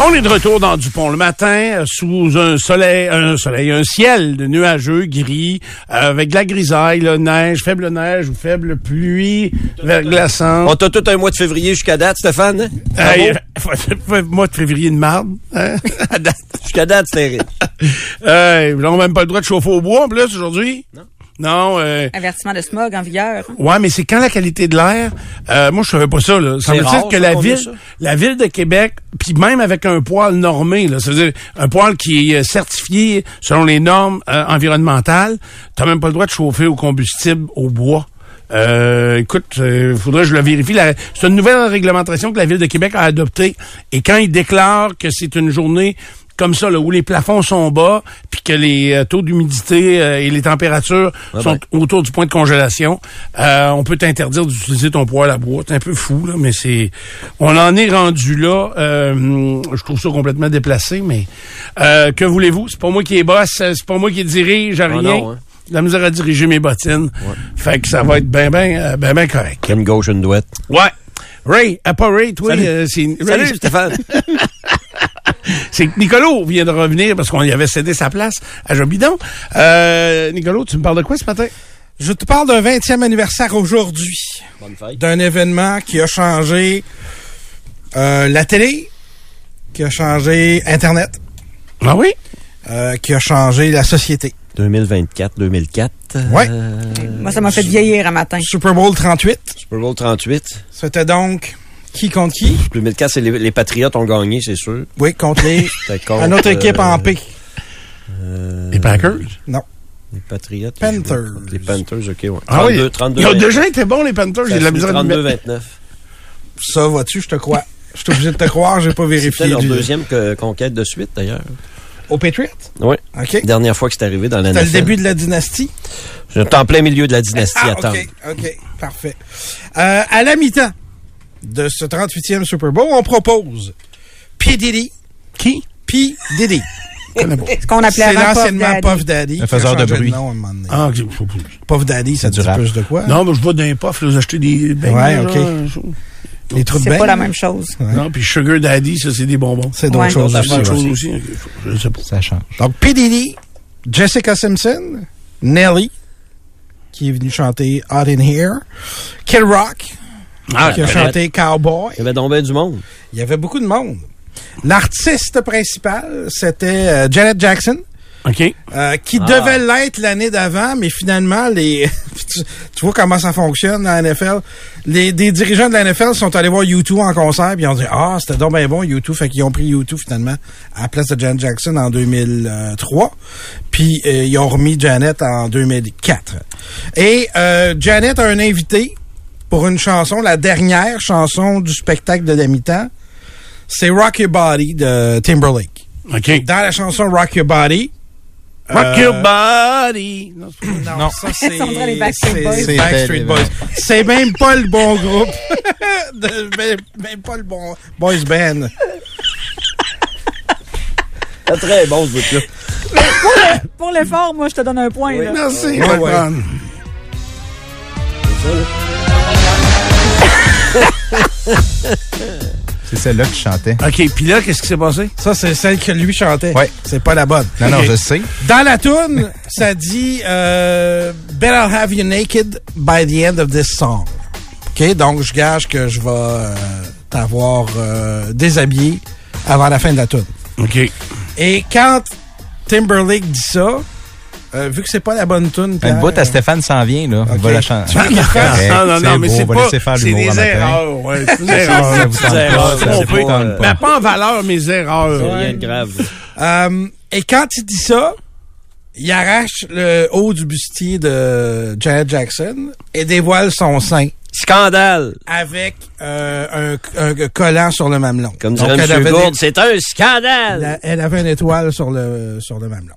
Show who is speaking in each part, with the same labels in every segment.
Speaker 1: On est de retour dans Dupont le matin, euh, sous un soleil, un soleil, un ciel de nuageux, gris, euh, avec de la grisaille, la neige, faible neige ou faible pluie, verglaçante.
Speaker 2: On t'a tout un mois de février jusqu'à date, Stéphane. hein?
Speaker 1: Hey, euh,
Speaker 2: Bravo.
Speaker 1: mois de février de marde. Hein? À date.
Speaker 2: Jusqu'à date, c'était
Speaker 1: Hey, là, on n'a même pas le droit de chauffer au bois en plus aujourd'hui. Non. Non, euh,
Speaker 3: Avertissement de smog en vigueur.
Speaker 1: ouais, mais c'est quand la qualité de l'air. euh, moi, je savais pas ça. Là. Ça me
Speaker 2: rare,
Speaker 1: dit que
Speaker 2: ça,
Speaker 1: la
Speaker 2: qu'on ait
Speaker 1: ville,
Speaker 2: ça.
Speaker 1: la ville de Québec, puis même avec un poil normé, là, ça veut dire un poil qui est euh, certifié selon les normes euh, environnementales, t'as même pas le droit de chauffer au combustible au bois. Euh, écoute, euh, faudrait que je le vérifie. La- C'est une nouvelle réglementation que la ville de Québec a adoptée. Et quand ils déclarent que c'est une journée comme ça, là, où les plafonds sont bas, puis que les euh, taux d'humidité euh, et les températures
Speaker 2: Ah
Speaker 1: sont autour du point de congélation, euh, on peut t'interdire d'utiliser ton poêle à bois. C'est un peu fou, là, mais c'est... On en est rendu là. euh, hum, je trouve ça complètement déplacé, mais... euh, que voulez-vous? C'est pas moi qui est boss, euh, c'est pas moi qui dirige, à rien.
Speaker 2: non, hein.
Speaker 1: De La misère à diriger mes bottines. Fait que ça va être ben, ben, euh, ben, ben correct.
Speaker 2: Crème gauche, une douette.
Speaker 1: Ouais. Ray, ah, pas Ray, toi,
Speaker 2: Salut.
Speaker 1: euh, c'est... Ray,
Speaker 2: Salut, Stéphane.
Speaker 1: c'est que Nicolo vient de revenir parce qu'on lui avait cédé sa place à Jobidon. Euh, Nicolo, tu me parles de quoi ce matin?
Speaker 4: Je te parle d'un 20e anniversaire aujourd'hui,
Speaker 2: Bonne fête.
Speaker 4: d'un événement qui a changé euh, la télé, qui a changé Internet,
Speaker 1: Ah oui?
Speaker 4: euh, qui a changé la société.
Speaker 2: 2024, 2004.
Speaker 4: Ouais.
Speaker 2: euh,
Speaker 3: Moi, ça m'a fait vieillir un matin.
Speaker 4: Super Bowl 38,
Speaker 2: Super Bowl 38.
Speaker 4: c'était donc qui contre qui?
Speaker 2: 2004, c'est les, les Patriotes ont gagné, c'est sûr.
Speaker 4: Oui, contre les...
Speaker 2: C'était contre,
Speaker 4: Une autre équipe
Speaker 2: euh,
Speaker 4: en P.
Speaker 2: euh,
Speaker 1: Les Packers?
Speaker 2: Les Patriotes.
Speaker 4: Panthers.
Speaker 2: Les Panthers, OK, ouais.
Speaker 1: Ah oui.
Speaker 2: 32, 32.
Speaker 1: Ils ont déjà été bons, les Panthers. J'ai de la misère à
Speaker 2: 32,
Speaker 1: admettre.
Speaker 2: 29.
Speaker 4: Ça, vois-tu, je te crois. Je suis obligé de te croire, j'ai pas
Speaker 2: C'était
Speaker 4: vérifié.
Speaker 2: leur
Speaker 4: du-
Speaker 2: deuxième que- conquête de suite, d'ailleurs.
Speaker 4: Au Patriot?
Speaker 2: Oui.
Speaker 4: OK. C'était
Speaker 2: Dernière fois que c'est arrivé dans la
Speaker 4: le début de la dynastie?
Speaker 2: J'étais en plein milieu de la dynastie,
Speaker 4: Ah,
Speaker 2: attends.
Speaker 4: OK, OK, parfait. Euh, à la mi-temps de ce 38e Super Bowl, on propose P. Diddy. Qui? P. Diddy.
Speaker 3: Ce qu'on appelait
Speaker 4: C'est
Speaker 3: avant Puff Daddy.
Speaker 4: l'anciennement Puff Daddy.
Speaker 5: Un
Speaker 4: qui a
Speaker 5: faiseur de
Speaker 4: changé
Speaker 5: bruit.
Speaker 4: nom à un moment donné.
Speaker 1: Ah, ok. Faut- faut-
Speaker 4: Puff Daddy, ça dit
Speaker 5: du rap.
Speaker 4: plus de quoi?
Speaker 1: Non, mais je vois d'un pof, là, vous achetez des beignes,
Speaker 4: Ouais,
Speaker 1: là,
Speaker 4: ok.
Speaker 1: genre,
Speaker 4: Les trous de
Speaker 3: C'est
Speaker 4: beigne,
Speaker 3: pas la même chose.
Speaker 4: Ouais.
Speaker 1: Non, puis Sugar Daddy, ça, c'est des bonbons.
Speaker 4: C'est d'autres
Speaker 3: Ouais.
Speaker 4: choses
Speaker 1: C'est
Speaker 4: aussi.
Speaker 1: autre chose
Speaker 4: ouais.
Speaker 1: aussi. ok, faut- Je sais pas.
Speaker 5: Ça change.
Speaker 4: Donc, P. Diddy, Jessica Simpson, Nelly, qui est venue chanter Out in Here, Kid Rock,
Speaker 1: Ah,
Speaker 4: qui a
Speaker 2: ben,
Speaker 4: chanté Cowboy.
Speaker 2: Il y avait donc bien du monde.
Speaker 4: Il y avait beaucoup de monde. L'artiste principal, c'était euh, Janet Jackson,
Speaker 1: OK.
Speaker 4: euh, qui
Speaker 2: Ah.
Speaker 4: devait l'être l'année d'avant, mais finalement, les tu, tu vois comment ça fonctionne dans la NFL. Les des dirigeants de la NFL sont allés voir U2 en concert, puis ils ont dit « Ah, c'était donc bien bon, U2 », fait qu'ils ont pris U2 finalement à la place de Janet Jackson en 2003, puis euh, ils ont remis Janet en 2004. Et euh, Janet a un invité pour une chanson, la dernière chanson du spectacle de la mi-temps, c'est « Rock Your Body » de Timberlake.
Speaker 1: OK.
Speaker 4: Dans la chanson « Rock Your Body »,
Speaker 1: Rock
Speaker 4: euh,
Speaker 1: your body. Non, c'est pas-
Speaker 4: non, ça
Speaker 3: Ça,
Speaker 4: c'est
Speaker 3: on dirait les Backstreet
Speaker 4: c'est-
Speaker 3: Boys.
Speaker 4: c'est
Speaker 5: C'est
Speaker 4: Backstreet
Speaker 5: belle,
Speaker 4: Boys. C'est même pas le bon groupe. De- même, même pas le bon boys band.
Speaker 2: C'était très bon, ce bout-là.
Speaker 3: Pour l'effort, moi, je te donne un point. là.
Speaker 1: Merci,
Speaker 4: Ouais,
Speaker 1: je vais le
Speaker 4: ouais.
Speaker 1: prendre.
Speaker 5: C'est celle-là que je chantais.
Speaker 1: OK, puis là, qu'est-ce qui s'est passé?
Speaker 4: Ça c'est celle que lui chantait.
Speaker 5: Ouais.
Speaker 4: C'est pas la bonne.
Speaker 5: Non, non,
Speaker 4: Ok.
Speaker 5: je sais.
Speaker 4: Dans la tune, ça dit euh, Better have you naked by the end of this song. OK, donc je gage que je vais euh, t'avoir euh, déshabillé avant la fin de la tune.
Speaker 1: OK.
Speaker 4: Et quand Timberlake dit ça, euh, vu que c'est pas la bonne
Speaker 2: Ben,
Speaker 4: tune,
Speaker 5: Un
Speaker 4: Pierre,
Speaker 5: bout à Stéphane s'en vient, là.
Speaker 4: Ok.
Speaker 5: Il va la chanter.
Speaker 4: Tu veux qu'il fasse?
Speaker 5: Hey,
Speaker 1: non, non, non,
Speaker 5: c'est
Speaker 1: mais
Speaker 5: beau,
Speaker 1: c'est
Speaker 5: on va
Speaker 1: pas...
Speaker 5: laisser faire
Speaker 1: C'est
Speaker 5: l'humour
Speaker 1: des
Speaker 5: en matin.
Speaker 1: erreurs, ouais. C'est des
Speaker 5: Ah, Ça
Speaker 1: erreurs.
Speaker 5: vous tente
Speaker 2: erreurs,
Speaker 5: pas, ça
Speaker 2: on
Speaker 5: vous
Speaker 2: peut-
Speaker 5: tente
Speaker 1: Mais
Speaker 5: pas.
Speaker 1: pas en valeur, mes
Speaker 2: C'est
Speaker 1: erreurs.
Speaker 2: rien de grave.
Speaker 4: Euh, et quand il dit ça, il arrache le haut du bustier de Janet Jackson et dévoile son sein
Speaker 2: Scandale!
Speaker 4: avec euh, un, un collant sur le mamelon.
Speaker 2: Comme
Speaker 4: Donc,
Speaker 2: dirait
Speaker 4: elle
Speaker 2: M.
Speaker 4: avait
Speaker 2: Gourde,
Speaker 4: des-
Speaker 2: c'est un scandale!
Speaker 4: la- elle avait une étoile sur le sur le mamelon.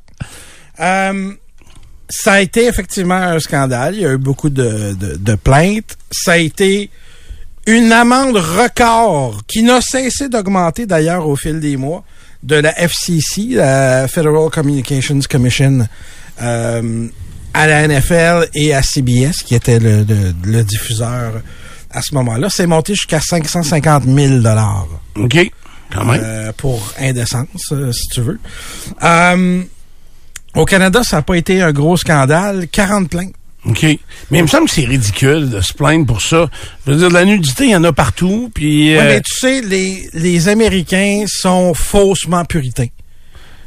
Speaker 4: Euh, ça a été effectivement un scandale. Il y a eu beaucoup de, de, de plaintes. Ça a été une amende record qui n'a cessé d'augmenter d'ailleurs au fil des mois de la FCC, la Federal Communications Commission, euh, à la NFL et à CBS, qui était le, le- le diffuseur à ce moment-là. C'est monté jusqu'à 550 000 dollars
Speaker 1: OK. Quand même.
Speaker 4: euh, pour indécence, euh, si tu veux. Euh, au Canada, ça n'a pas été un gros scandale. 40 plaintes.
Speaker 1: OK. Mais il me semble que c'est ridicule de se plaindre pour ça. Je veux dire, de la nudité, il y en a partout. Puis,
Speaker 4: Ouais,
Speaker 1: euh,
Speaker 4: mais tu sais, les, les Américains sont faussement puritains.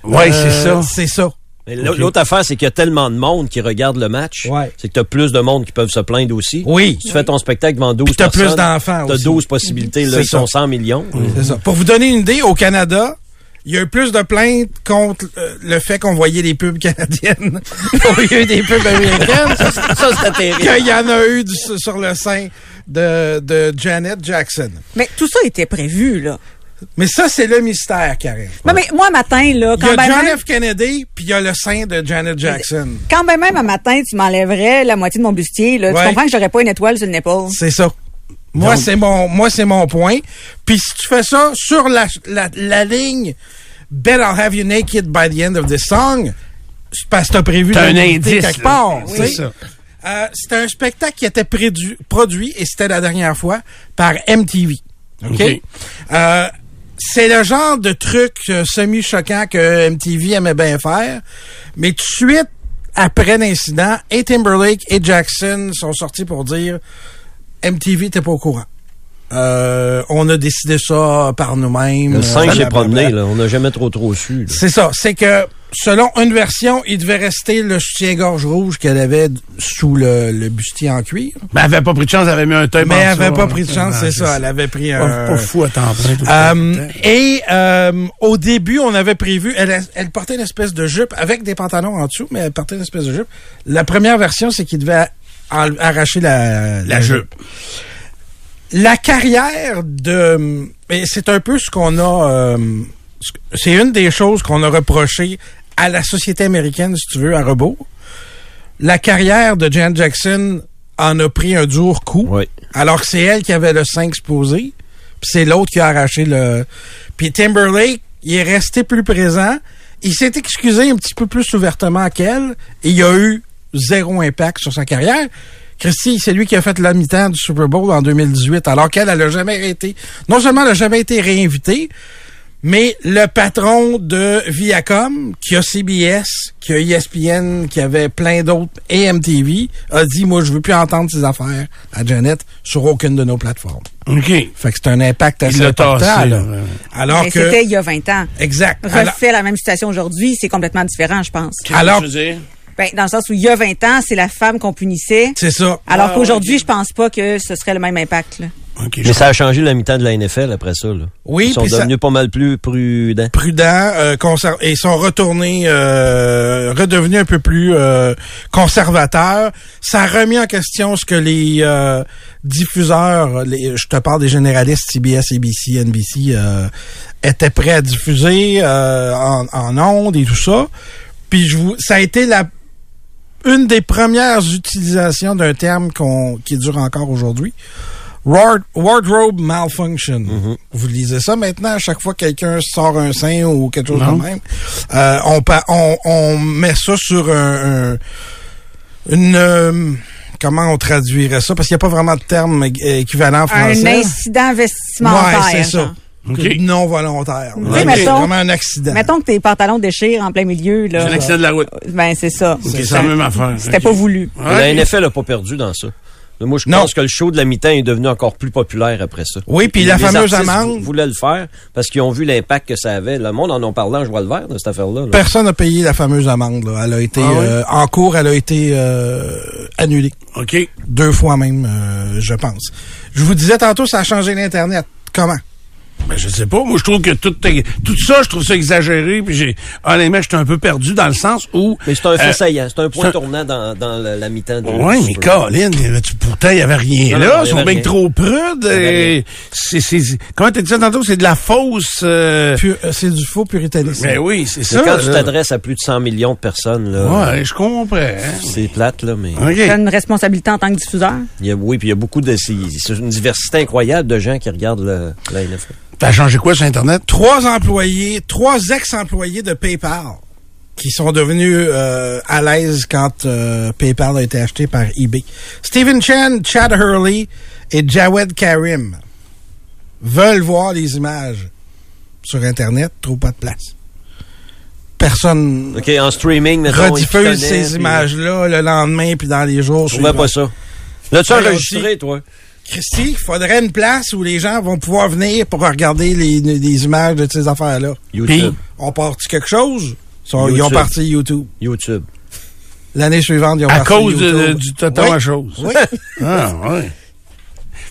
Speaker 1: ouais,
Speaker 4: Euh,
Speaker 1: c'est ça.
Speaker 4: C'est ça.
Speaker 2: Mais l'au- L'autre affaire, c'est qu'il y a tellement de monde qui regarde le match.
Speaker 4: Ouais.
Speaker 2: C'est que t'as plus de monde qui peuvent se plaindre aussi.
Speaker 4: Oui.
Speaker 2: Tu fais ton spectacle devant 12
Speaker 4: Puis t'as plus
Speaker 2: personnes.
Speaker 4: d'enfants
Speaker 2: T'as
Speaker 4: aussi.
Speaker 2: 12 possibilités, là.
Speaker 4: C'est
Speaker 2: Ils sont
Speaker 4: ça.
Speaker 2: 100 millions.
Speaker 4: C'est ça. Pour vous donner une idée, au Canada, il y a eu plus de plaintes contre euh, le fait qu'on voyait des pubs canadiennes au lieu des pubs américaines
Speaker 2: ça, c'était terrible.
Speaker 4: qu'il y en a eu du- sur le sein de, de Janet Jackson.
Speaker 3: Mais tout ça était prévu, là.
Speaker 4: Mais ça, c'est le mystère, Karen.
Speaker 3: Non, mais moi, matin, là,
Speaker 4: Il y
Speaker 3: quand
Speaker 4: a
Speaker 3: ben
Speaker 4: John
Speaker 3: même,
Speaker 4: F. Kennedy, puis il y a le sein de Janet Jackson.
Speaker 3: quand ben même un matin, tu m'enlèverais la moitié de mon bustier, là,
Speaker 4: Ouais.
Speaker 3: tu comprends que j'aurais pas une étoile sur le nipple.
Speaker 4: C'est ça. Moi, c'est mon, moi, c'est mon point. Puis si tu fais ça sur la, la, la ligne Bet I'll have you naked by the end of this song, c'est parce que t'as prévu
Speaker 1: T'as
Speaker 4: de
Speaker 1: un
Speaker 4: l'inviter
Speaker 1: indice,
Speaker 4: quelque
Speaker 1: là.
Speaker 4: part.
Speaker 1: C'est
Speaker 4: tu sais.
Speaker 1: ça.
Speaker 4: Euh, c'était un spectacle qui était prédu- produit, et c'était la dernière fois, par MTV. OK?
Speaker 1: OK.
Speaker 4: Euh, c'est le genre de truc euh, semi-choquant que MTV aimait bien faire. Mais tout de suite, après l'incident, et Timberlake et Jackson sont sortis pour dire MTV t'es pas au courant. Euh, on a décidé ça par nous-mêmes.
Speaker 2: Le 5,
Speaker 4: Euh,
Speaker 2: j'ai promené,
Speaker 4: blablabla.
Speaker 2: là. On n'a jamais trop trop su, là.
Speaker 4: C'est ça. C'est que, selon une version, il devait rester le soutien-gorge rouge qu'elle avait d- sous le, le bustier en cuir.
Speaker 1: Mais elle avait pas pris de chance, elle avait mis un thème
Speaker 4: Mais elle
Speaker 1: en
Speaker 4: avait
Speaker 1: dessous,
Speaker 4: pas
Speaker 1: hein.
Speaker 4: pris de chance,
Speaker 1: Ah,
Speaker 4: c'est ça. Elle avait pris
Speaker 1: Pas,
Speaker 4: un...
Speaker 1: pas fou à temps plein tout le
Speaker 4: Euh,
Speaker 1: temps.
Speaker 4: et euh, au début, on avait prévu, elle, elle portait une espèce de jupe avec des pantalons en dessous, mais elle portait une espèce de jupe. La première version, c'est qu'il devait en- arracher la,
Speaker 1: La jupe.
Speaker 4: La carrière de, et c'est un peu ce qu'on a, euh, ce que- c'est une des choses qu'on a reproché à la société américaine, si tu veux, à rebours. La carrière de Jan Jackson en a pris un dur coup.
Speaker 2: Oui.
Speaker 4: Alors que c'est elle qui avait le 5 exposé, puis c'est l'autre qui a arraché le... Puis Timberlake, il est resté plus présent. Il s'est excusé un petit peu plus ouvertement qu'elle, et il y a eu zéro impact sur sa carrière. Christy, c'est lui qui a fait la mi-temps du Super Bowl en 2018, alors qu'elle, elle n'a jamais été... Non seulement elle n'a jamais été réinvitée, mais le patron de Viacom, qui a CBS, qui a E ESPN, qui avait plein d'autres, et MTV, a dit, moi, je veux plus entendre ces affaires à Janet sur aucune de nos plateformes.
Speaker 1: OK.
Speaker 4: Fait que c'est un impact assez
Speaker 1: l'a
Speaker 4: important.
Speaker 1: tassé,
Speaker 4: là.
Speaker 1: là.
Speaker 4: Alors
Speaker 3: mais
Speaker 4: que...
Speaker 3: c'était il y a 20 ans.
Speaker 4: Exact.
Speaker 3: Refait
Speaker 4: Alors,
Speaker 3: la même situation aujourd'hui, c'est complètement différent, je pense.
Speaker 4: alors-
Speaker 1: Qu'est-ce que tu veux dire?
Speaker 3: Ben, dans le sens où il y a 20 ans, c'est la femme qu'on punissait.
Speaker 4: c'est ça.
Speaker 3: Alors qu'aujourd'hui, je pense pas que ce serait le même impact. là.
Speaker 1: OK, je-
Speaker 2: Mais ça a changé la mi-temps de la NFL après ça, là.
Speaker 4: Oui,
Speaker 2: Ils sont
Speaker 4: puis ça-
Speaker 2: devenus pas mal plus prudents.
Speaker 4: prudents euh, conser- et sont retournés, euh, redevenus un peu plus euh, conservateurs. Ça a remis en question ce que les euh, diffuseurs, les- je te parle des généralistes CBS, ABC, NBC, euh, étaient prêts à diffuser euh, en, en ondes et tout ça. Puis je vous, ça a été la une des premières utilisations d'un terme qu'on qui dure encore aujourd'hui. Ward- wardrobe malfunction.
Speaker 1: Mm-hmm.
Speaker 4: Vous lisez ça maintenant à chaque fois que quelqu'un sort un sein ou quelque chose
Speaker 1: Non.
Speaker 4: de même. euh, on, pa- on, on met ça sur un, un- une euh, comment on traduirait ça parce qu'il n'y a pas vraiment de terme é- équivalent en
Speaker 3: Un
Speaker 4: français.
Speaker 3: incident vestimentaire.
Speaker 4: Ah, ouais, c'est ça.
Speaker 3: genre.
Speaker 1: Ok.
Speaker 4: Non volontaire.
Speaker 3: sais,
Speaker 4: C'est
Speaker 3: mettons-
Speaker 4: vraiment un accident.
Speaker 3: Mettons que tes pantalons déchirent en plein milieu.
Speaker 1: C'est
Speaker 3: Là,
Speaker 1: un accident de la route.
Speaker 3: Ben, c'est ça.
Speaker 1: OK, c'est la même affaire.
Speaker 3: C'était
Speaker 1: OK.
Speaker 3: pas voulu.
Speaker 1: Ouais.
Speaker 2: La NFL a pas perdu dans ça. Mais moi, je
Speaker 4: Non.
Speaker 2: pense que le show de la mi-temps est devenu encore plus populaire après ça.
Speaker 4: Oui, puis la
Speaker 2: les
Speaker 4: fameuse
Speaker 2: artistes
Speaker 4: amende.
Speaker 2: vou- voulaient le faire parce qu'ils ont vu l'impact que ça avait. Le monde en en parlant, je vois le vert de cette affaire-là. là.
Speaker 4: Personne n'a payé la fameuse amende. Là. Elle a été
Speaker 1: Ah oui?
Speaker 4: euh, en cours, elle a été euh, annulée
Speaker 1: OK.
Speaker 4: deux fois même, euh, je pense. Je vous disais tantôt, ça a changé l'internet. Comment
Speaker 1: Ben, je sais pas. Moi, je trouve que tout, est- tout ça, je trouve ça exagéré. Puis j'ai, honnêtement, j'étais un peu perdu dans le sens où.
Speaker 2: Mais c'est un fait
Speaker 1: euh,
Speaker 2: saillant, c'est un point
Speaker 1: c'est un-
Speaker 2: tournant dans, dans la, la mi-temps. de-
Speaker 1: Ouais,
Speaker 2: du
Speaker 1: mais
Speaker 2: Super Bowl.
Speaker 1: Colin, y avait-tu- pourtant, il n'y avait rien
Speaker 2: Non, non,
Speaker 1: là.
Speaker 2: non,
Speaker 1: Ils
Speaker 2: y
Speaker 1: sont
Speaker 2: avait
Speaker 1: bien
Speaker 2: rien.
Speaker 1: trop prudes.
Speaker 2: Y avait
Speaker 1: et
Speaker 2: rien.
Speaker 1: c'est- c'est- comment t'as dit ça tantôt? C'est de la fausse. euh,
Speaker 4: Puis, euh, C'est du faux puritanisme.
Speaker 1: ben oui, c'est
Speaker 2: Mais
Speaker 1: ça.
Speaker 2: quand tu euh,
Speaker 1: là.
Speaker 2: t'adresses à plus de 100 millions de personnes, là,
Speaker 1: Ouais, je comprends. hein.
Speaker 2: c'est plate, là, mais
Speaker 1: OK.
Speaker 3: T'as une responsabilité en tant que diffuseur.
Speaker 2: il y a, oui, puis il y a beaucoup de... C'est c'est une diversité incroyable de gens qui regardent le- la NFL.
Speaker 1: T'as changé quoi sur Internet?
Speaker 4: Trois employés, trois ex-employés de PayPal qui sont devenus euh, à l'aise quand euh, PayPal a été acheté par eBay. Steven Chen, Chad Hurley et Jawed Karim veulent voir les images sur Internet, trouve pas de place. Personne
Speaker 2: OK, en streaming, mettons, ils
Speaker 4: rediffuse
Speaker 2: te connaissent,
Speaker 4: ces
Speaker 2: puis-
Speaker 4: images-là le lendemain, puis dans les jours
Speaker 2: Je trouvais
Speaker 4: suivants.
Speaker 2: pas ça. L'as-tu
Speaker 4: Ouais,
Speaker 2: enregistré, toi?
Speaker 4: Christy, il faudrait une place où les gens vont pouvoir venir pour regarder les, les images de ces affaires-là.
Speaker 2: YouTube.
Speaker 4: On part-tu quelque chose? Ils sont- Ils ont
Speaker 2: YouTube.
Speaker 4: parti YouTube.
Speaker 2: YouTube.
Speaker 4: L'année suivante, ils ont
Speaker 1: À
Speaker 4: parti
Speaker 1: cause de-
Speaker 4: YouTube.
Speaker 1: de- du tonton
Speaker 4: Oui.
Speaker 1: à chose.
Speaker 4: Oui.
Speaker 1: Ah, ouais.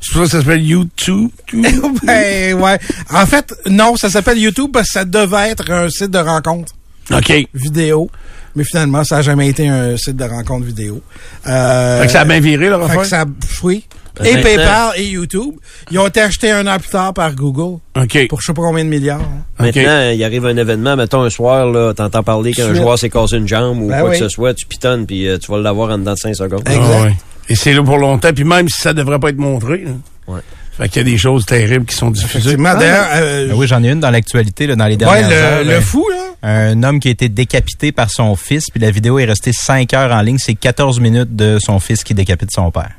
Speaker 1: C'est pour ça que ça s'appelle YouTube.
Speaker 4: ben, ouais. En fait, non, ça s'appelle YouTube parce que ça devait être un site de rencontre
Speaker 1: OK. Fait
Speaker 4: vidéo. Mais finalement, ça n'a jamais été un site de rencontre vidéo. Euh,
Speaker 1: que ça a bien viré, leur
Speaker 4: fait que
Speaker 1: affaire.
Speaker 4: ça- oui.
Speaker 2: Ben,
Speaker 4: Et
Speaker 2: maintenant-
Speaker 4: PayPal et YouTube. Ils ont été achetés un an plus tard par Google
Speaker 1: OK.
Speaker 4: pour je sais pas combien de milliards. hein.
Speaker 1: OK.
Speaker 2: Maintenant, il arrive un événement, mettons un soir, là, t'entends parler qu'un
Speaker 4: Suite.
Speaker 2: joueur s'est cassé une jambe ou
Speaker 4: Ben
Speaker 2: quoi
Speaker 4: oui.
Speaker 2: que ce soit, tu pitonnes puis euh, tu vas l'avoir en dedans de 5 secondes.
Speaker 4: Exact.
Speaker 1: Ah ouais. Et c'est là pour longtemps. Puis même si ça devrait pas être montré. là.
Speaker 2: Ouais.
Speaker 1: Fait qu'il y a des choses terribles qui sont diffusées.
Speaker 4: Effectivement. D'ailleurs,
Speaker 1: ben
Speaker 4: euh,
Speaker 5: Ah oui, j'en ai une dans l'actualité, là, dans les
Speaker 4: ouais,
Speaker 5: dernières heures.
Speaker 4: le, le
Speaker 5: là.
Speaker 4: fou, là.
Speaker 5: Un homme qui a été décapité par son fils, puis la vidéo est restée 5 heures en ligne. C'est 14 minutes de son fils qui décapite son père.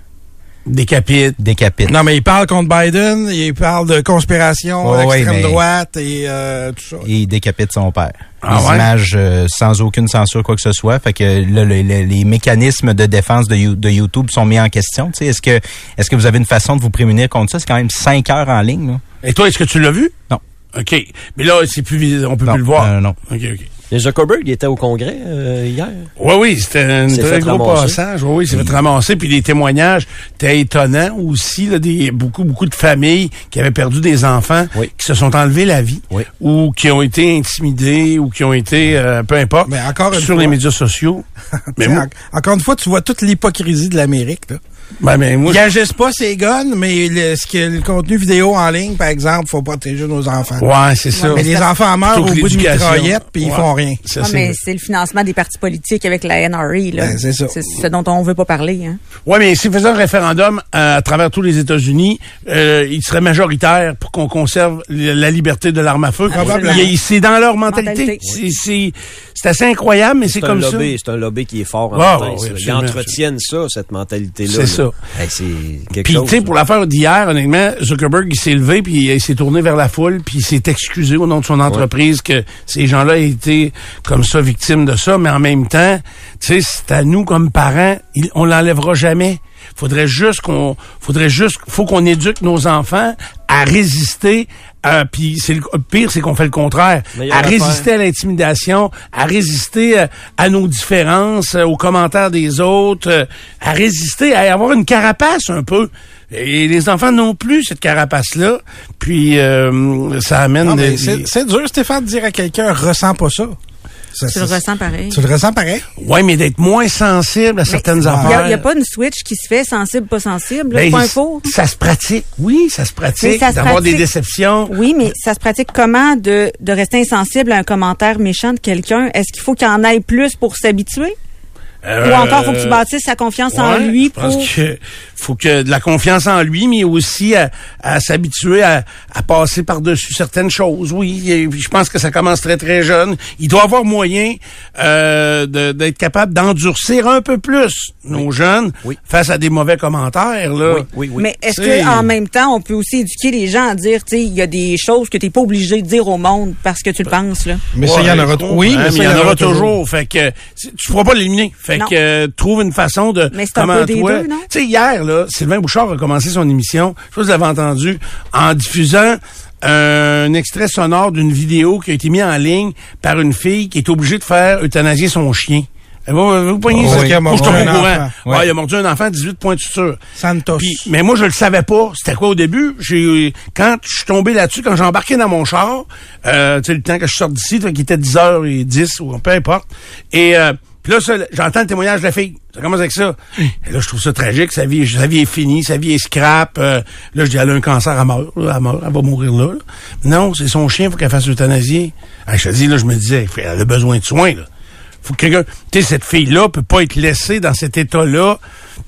Speaker 1: Décapite.
Speaker 5: Décapite.
Speaker 4: Non, mais il parle contre Biden, il parle de conspiration,
Speaker 5: Ouais, ouais,
Speaker 4: extrême
Speaker 5: mais-
Speaker 4: droite et euh, tout ça.
Speaker 5: Et il décapite son père.
Speaker 1: Ah
Speaker 5: Des
Speaker 1: ouais?
Speaker 5: images euh, sans aucune censure, quoi que ce soit. Fait que là, le- le- les mécanismes de défense de, You- de YouTube sont mis en question. Tu sais, Est-ce que, est que vous avez une façon de vous prémunir contre ça? C'est quand même 5 heures en ligne. Là.
Speaker 1: Et toi, est-ce que tu l'as vu?
Speaker 5: Non.
Speaker 1: OK. Mais là, c'est plus, vis- on peut
Speaker 5: Non,
Speaker 1: plus le voir.
Speaker 5: euh, non.
Speaker 1: OK, OK.
Speaker 2: Et Ah. Zuckerberg, il était au Congrès euh, hier.
Speaker 1: Oui, oui, c'était un
Speaker 2: C'est
Speaker 1: très
Speaker 2: fait
Speaker 1: gros
Speaker 2: ramasser.
Speaker 1: passage. Oui, oui, c'est fait ramasser. Puis les témoignages étaient étonnants aussi. Là, des, beaucoup, beaucoup de familles qui avaient perdu des enfants,
Speaker 2: Oui.
Speaker 1: qui se sont enlevés la vie,
Speaker 2: Oui.
Speaker 1: ou qui ont été intimidés, ou qui ont été, euh, peu importe,
Speaker 4: Mais encore une
Speaker 1: sur
Speaker 4: fois-
Speaker 1: les médias sociaux. mais,
Speaker 4: Tiens,
Speaker 1: moi,
Speaker 4: en- encore une fois, tu vois toute l'hypocrisie de l'Amérique. là.
Speaker 1: ben, mais moi,
Speaker 4: Ils agissent pas ces guns, mais le, ce que, le contenu vidéo en ligne, par exemple, faut protéger nos enfants.
Speaker 1: ouais, c'est ça.
Speaker 4: mais les enfants meurent au
Speaker 1: Plutôt que
Speaker 4: bout d'une
Speaker 1: l'éducation.
Speaker 4: mitraillette, puis ils
Speaker 1: Ouais.
Speaker 4: font rien.
Speaker 1: Ça,
Speaker 3: Ah,
Speaker 1: c'est
Speaker 3: mais
Speaker 1: vrai.
Speaker 3: c'est le financement des partis politiques avec la NRA, là.
Speaker 4: Ben, c'est ça.
Speaker 3: ce dont on veut pas parler, hein.
Speaker 1: Oui, mais s'ils faisaient un référendum euh, à, à travers tous les États-Unis, euh, il serait majoritaire pour qu'on conserve l- la liberté de l'arme à feu.
Speaker 4: Probablement.
Speaker 1: Il- il- C'est dans leur mentalité. C'est-
Speaker 3: Mentalité.
Speaker 1: C'est c'est assez incroyable, mais c'est
Speaker 2: C'est un
Speaker 1: comme ça.
Speaker 2: lobby, c'est un lobby qui est fort en
Speaker 1: Ah,
Speaker 2: même temps,
Speaker 1: oui,
Speaker 2: ça. Ils
Speaker 1: absolument,
Speaker 2: entretiennent ça, cette mentalité-là.
Speaker 1: C'est
Speaker 2: là.
Speaker 1: ça.
Speaker 2: Ben, c'est quelque
Speaker 1: Puis, tu
Speaker 2: chose.
Speaker 1: sais, pour l'affaire d'hier, honnêtement, Zuckerberg, il s'est levé, puis il s'est tourné vers la foule, puis il s'est excusé au nom de son entreprise que ces gens-là aient été, comme ça, victimes de ça. Mais en même temps, tu sais, c'est à nous, comme parents, il- on l'enlèvera jamais. Faudrait juste qu'on, faudrait juste, faut qu'on éduque nos enfants à résister, euh, puis c'est le le pire, c'est qu'on fait le contraire.
Speaker 2: Meilleure
Speaker 1: À
Speaker 2: affaire.
Speaker 1: résister à l'intimidation, à résister euh, à nos différences, euh, aux commentaires des autres, euh, à résister, à avoir une carapace un peu. Et les enfants n'ont plus cette carapace-là. Puis euh, ça amène
Speaker 4: Non, mais
Speaker 1: des-
Speaker 4: c'est
Speaker 1: des-
Speaker 4: c'est dur, Stéphane, de dire à quelqu'un, ressens pas ça. Ça,
Speaker 3: Tu le
Speaker 4: c'est-
Speaker 3: ressens pareil.
Speaker 4: Tu le ressens pareil?
Speaker 1: Ouais, mais d'être moins sensible à certaines
Speaker 3: Il n'y
Speaker 1: affaires.
Speaker 3: a, y a pas une switch qui se fait sensible, pas sensible. là.
Speaker 1: Ben,
Speaker 3: c'est pas un
Speaker 1: c-
Speaker 3: cours.
Speaker 1: Ça se pratique, oui, ça se
Speaker 3: Mais
Speaker 1: pratique.
Speaker 3: ça se
Speaker 1: D'avoir des
Speaker 3: pratique.
Speaker 1: déceptions.
Speaker 3: Oui, mais ça se pratique comment de, de rester insensible à un commentaire méchant de quelqu'un? Est-ce qu'il faut qu'il en aille plus pour s'habituer? Ou encore, faut que tu bâtisses sa confiance en
Speaker 1: Euh, Ouais,
Speaker 3: lui
Speaker 1: je pense
Speaker 3: pour...
Speaker 1: que faut que de la confiance en lui, mais aussi à, à s'habituer à, à passer par-dessus certaines choses. Oui, et je pense que ça commence très très jeune. Il doit avoir moyen euh, de- d'être capable d'endurcir un peu plus nos jeunes
Speaker 2: Oui.
Speaker 1: face à des mauvais commentaires. Là.
Speaker 2: Oui, oui, oui.
Speaker 3: Mais est-ce
Speaker 1: C'est-
Speaker 3: que en même temps, on peut aussi éduquer les gens à dire, tu sais, il y a des choses que t'es pas obligé de dire au monde parce que tu le penses, là.
Speaker 4: Mais ça, il y en aura
Speaker 1: toujours.
Speaker 4: Oui,
Speaker 1: Hein,
Speaker 4: mais
Speaker 1: mais
Speaker 4: ça,
Speaker 1: il y en aura toujours. Fait que c'est- tu pourras pas l'éliminer. Fait
Speaker 3: Non.
Speaker 1: que euh, trouve une façon de
Speaker 3: Mais c'est un peu des deux, non?
Speaker 1: Tu sais hier là, Sylvain Bouchard a commencé son émission. Je sais pas si vous l'avez entendu en diffusant euh, un extrait sonore d'une vidéo qui a été mise en ligne par une fille qui est obligée de faire euthanaser son chien. Vous, vous poignez
Speaker 4: Oh,
Speaker 1: ça?
Speaker 4: oui, qu'elle a
Speaker 1: Moi, je suis pas
Speaker 4: mordu
Speaker 1: au
Speaker 4: un
Speaker 1: courant.
Speaker 4: enfant.
Speaker 1: Ouais,
Speaker 5: Ouais.
Speaker 1: il a mordu un enfant, 18 points de suture.
Speaker 4: Santos.
Speaker 1: Puis- mais moi, je le savais pas. C'était quoi au début? J'ai, quand je suis tombé là-dessus, quand j'ai embarqué dans mon char, euh, tu sais, le temps que je sorte d'ici, qui était 10h10 ou peu importe. Et, euh, puis là, ça, j'entends le témoignage de la fille. Ça commence avec ça. Et là, je trouve ça tragique. Sa vie, sa vie est finie. Sa vie est scrap. Euh, là, je dis, elle a un cancer à mort. Là, à mort. Elle va mourir là. là. Non, c'est son chien. Faut qu'elle fasse euthanasier. Ah, je te dis, là, je me disais, elle a besoin de soins, là faut que quelqu'un, tu sais, cette fille-là peut pas être laissée dans cet état-là,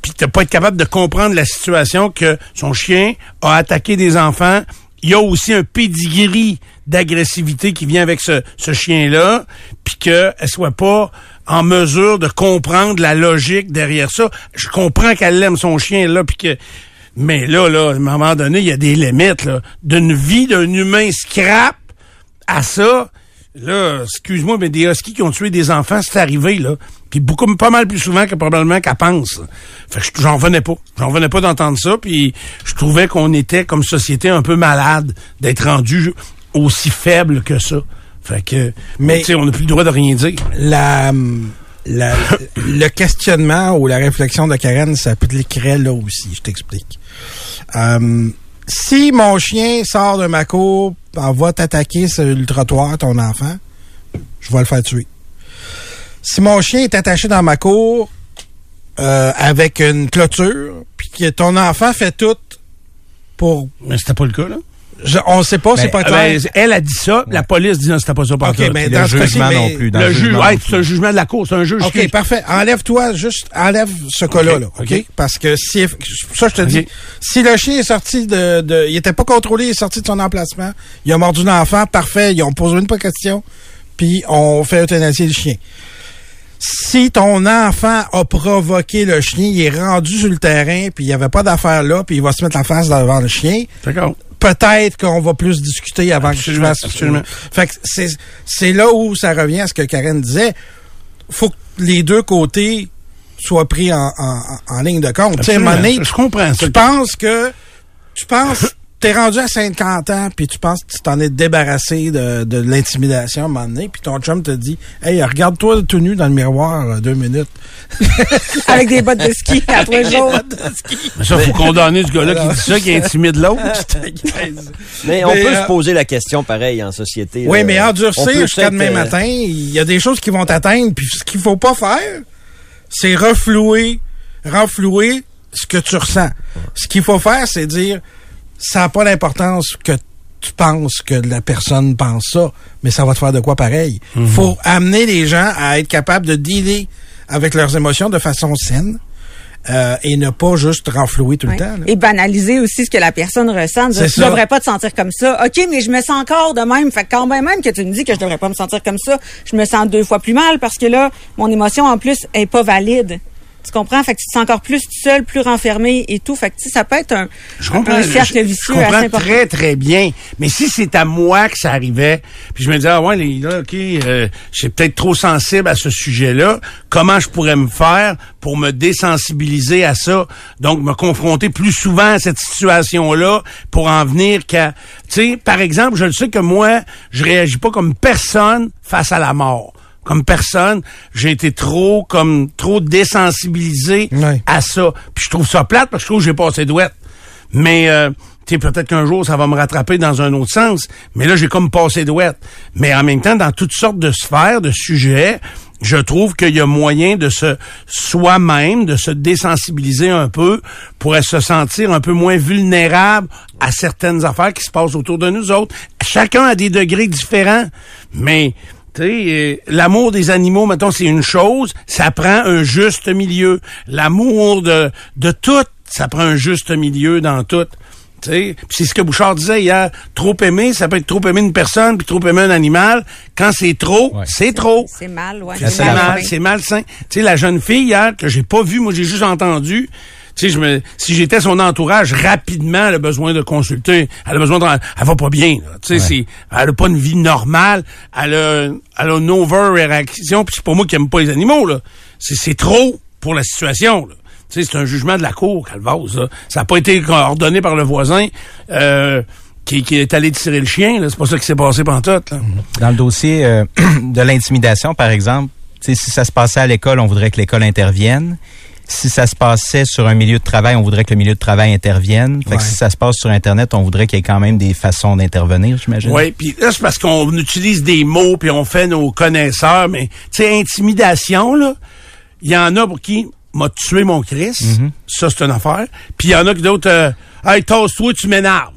Speaker 1: puis t'as pas être capable de comprendre la situation que son chien a attaqué des enfants. Il y a aussi un pedigree d'agressivité qui vient avec ce, ce chien-là, puis qu'elle soit pas en mesure de comprendre la logique derrière ça. Je comprends qu'elle aime son chien là, puis que mais là, là, à un moment donné, il y a des limites là d'une vie d'un humain scrap à ça, là, excuse-moi, mais des huskies qui ont tué des enfants, c'est arrivé, là. Puis beaucoup, pas mal plus souvent que probablement qu'à pense. Fait que je- j'en venais pas. J'en venais pas d'entendre ça. Puis je trouvais qu'on était, comme société, un peu malade d'être rendu aussi faible que ça. Fait que,
Speaker 4: Mais-
Speaker 1: mais, tu sais, on n'a plus le droit de rien dire.
Speaker 4: la, la- le questionnement ou la réflexion de Karen s'appliquerait là aussi, je t'explique. Euh, si mon chien sort de ma cour, en va t'attaquer sur le trottoir, ton enfant, je vais le faire tuer. Si mon chien est attaché dans ma cour euh, avec une clôture, puis que ton enfant fait tout pour...
Speaker 1: Mais c'était pas le cas, là.
Speaker 4: je- on sait pas, c'est
Speaker 5: Ben,
Speaker 4: pas clair.
Speaker 1: Ben, elle a dit ça, la police dit non, c'était pas ça par
Speaker 4: Ok,
Speaker 1: tout.
Speaker 4: ben,
Speaker 5: Le
Speaker 4: dans ce cas-ci,
Speaker 5: jugement non
Speaker 4: mais
Speaker 5: plus. dans
Speaker 1: le juge,
Speaker 5: jugement
Speaker 1: ouais,
Speaker 5: non
Speaker 1: c'est un
Speaker 5: plus.
Speaker 1: jugement de la cour, c'est un juge
Speaker 4: OK,
Speaker 1: qui-
Speaker 4: parfait. Enlève-toi, juste enlève ce cas-là, là, OK?
Speaker 1: OK.
Speaker 4: Parce que si, c'est pour ça, que je te
Speaker 1: OK.
Speaker 4: dis, si le chien est sorti de, de- il était pas contrôlé, il est sorti de son emplacement, il a mordu l'enfant, parfait, ils ont posé une pas question, puis on fait euthanasier le chien. Si ton enfant a provoqué le chien, il est rendu sur le terrain, puis il n'y avait pas d'affaire là, puis il va se mettre la face devant le chien,
Speaker 1: D'accord.
Speaker 4: peut-être qu'on va plus discuter avant
Speaker 1: Absolument,
Speaker 4: que je fasse.
Speaker 1: absolument.
Speaker 4: Fait que c'est, c'est là où ça revient à ce que Karen disait. Faut que les deux côtés soient pris en, en- en ligne de compte. Tu sais, à un moment donné,
Speaker 1: Absolument. Je comprends ça.
Speaker 4: tu penses que, tu penses, t'es rendu à 50 ans, puis tu penses que tu t'en es débarrassé de, de l'intimidation à un moment donné, puis ton chum te dit, hey, regarde-toi tout nu dans le miroir euh, deux minutes.
Speaker 3: Avec des bottes de ski à trois jours.
Speaker 1: Mais ça, faut condamner ce gars-là qui dit ça, qui intimide l'autre.
Speaker 2: Mais on
Speaker 4: Mais,
Speaker 2: peut
Speaker 4: euh,
Speaker 2: se poser la question pareil en société.
Speaker 4: Oui,
Speaker 2: là.
Speaker 4: mais
Speaker 2: On peut
Speaker 4: endurcir jusqu'à
Speaker 2: peut-être,
Speaker 4: demain
Speaker 2: euh,
Speaker 4: matin, il y a des choses qui vont t'atteindre. Puis ce qu'il faut pas faire, c'est reflouer, renflouer ce que tu ressens. Ce qu'il faut faire, c'est dire, ça n'a pas d'importance que tu penses que la personne pense ça, mais ça va te faire de quoi pareil.
Speaker 2: Mhm.
Speaker 4: faut amener les gens à être capables de dealer avec leurs émotions de façon saine euh, et ne pas juste renflouer tout
Speaker 3: Ouais.
Speaker 4: le temps. là.
Speaker 3: Et banaliser aussi ce que la personne ressent. Dire,
Speaker 4: C'est
Speaker 3: tu
Speaker 4: ça.
Speaker 3: devrais pas te sentir comme ça. OK, mais je me sens encore de même. Fait que quand même, même que tu me dis que je devrais pas me sentir comme ça, je me sens deux fois plus mal parce que là, mon émotion, en plus, est pas valide. Tu comprends? Fait que tu te sens encore plus seul, plus renfermé et tout. Fait que, tu sais, ça peut être un,
Speaker 1: Je comprends.
Speaker 3: un
Speaker 1: je-
Speaker 3: cercle
Speaker 1: je,
Speaker 3: vicieux
Speaker 1: je
Speaker 3: assez
Speaker 1: comprends
Speaker 3: important.
Speaker 1: très, très bien. Mais si c'est à moi que ça arrivait, puis je me disais, ah ouais, les- là, OK, euh, je suis peut-être trop sensible à ce sujet-là, comment je pourrais me faire pour me désensibiliser à ça? Donc, me confronter plus souvent à cette situation-là pour en venir qu'à... Tu sais, par exemple, je le sais que moi, je réagis pas comme personne face à la mort. Comme personne, j'ai été trop comme trop désensibilisé
Speaker 4: Ouais.
Speaker 1: à ça. Puis je trouve ça plate parce que je trouve que j'ai passé douette. Mais euh, tu sais, peut-être qu'un jour, ça va me rattraper dans un autre sens. Mais là, j'ai comme passé douette. Mais en même temps, dans toutes sortes de sphères, de sujets, je trouve qu'il y a moyen de se soi-même, de se désensibiliser un peu pour se sentir un peu moins vulnérable à certaines affaires qui se passent autour de nous autres. Chacun a des degrés différents, mais tu sais, euh, l'amour des animaux, mettons, c'est une chose, ça prend un juste milieu. L'amour de, de tout, ça prend un juste milieu dans tout. Tu sais, puis c'est ce que Bouchard disait hier, trop aimer, ça peut être trop aimer une personne, puis trop aimer un animal. Quand c'est trop,
Speaker 5: Ouais.
Speaker 1: c'est trop.
Speaker 3: C'est mal, ouais.
Speaker 5: c'est
Speaker 1: C'est
Speaker 5: la
Speaker 1: mal,
Speaker 5: fin.
Speaker 1: c'est malsain. Tu sais, la jeune fille hier, que j'ai pas vue, moi j'ai juste entendu. Tu sais, je me, si j'étais son entourage, rapidement, elle a besoin de consulter. Elle a besoin de, elle va pas bien, là. Tu sais, c'est- elle a pas une vie normale. Elle a, elle a une over-réaction. Puis c'est pour moi qui aime pas les animaux, là. C'est, c'est trop pour la situation, là. Tu sais, c'est un jugement de la cour, Calvaz, là. Ça a pas été ordonné par le voisin, euh, qui, qui est allé tirer le chien, là. C'est pas ça qui s'est passé pantoute, là.
Speaker 5: Dans le dossier euh, de l'intimidation, par exemple, tu sais, si ça se passait à l'école, on voudrait que l'école intervienne. Si ça se passait sur un milieu de travail, on voudrait que le milieu de travail intervienne. Fait
Speaker 4: Ouais.
Speaker 5: que si ça se passe sur Internet, on voudrait qu'il y ait quand même des façons d'intervenir, j'imagine.
Speaker 1: Oui, puis là, c'est parce qu'on utilise des mots, puis on fait nos connaisseurs, mais, tu sais, intimidation, là, il y en a pour qui m'a tué mon Chris, ça, c'est une affaire, puis il y en a que d'autres, euh, hey, tasse-toi, tu m'énerves,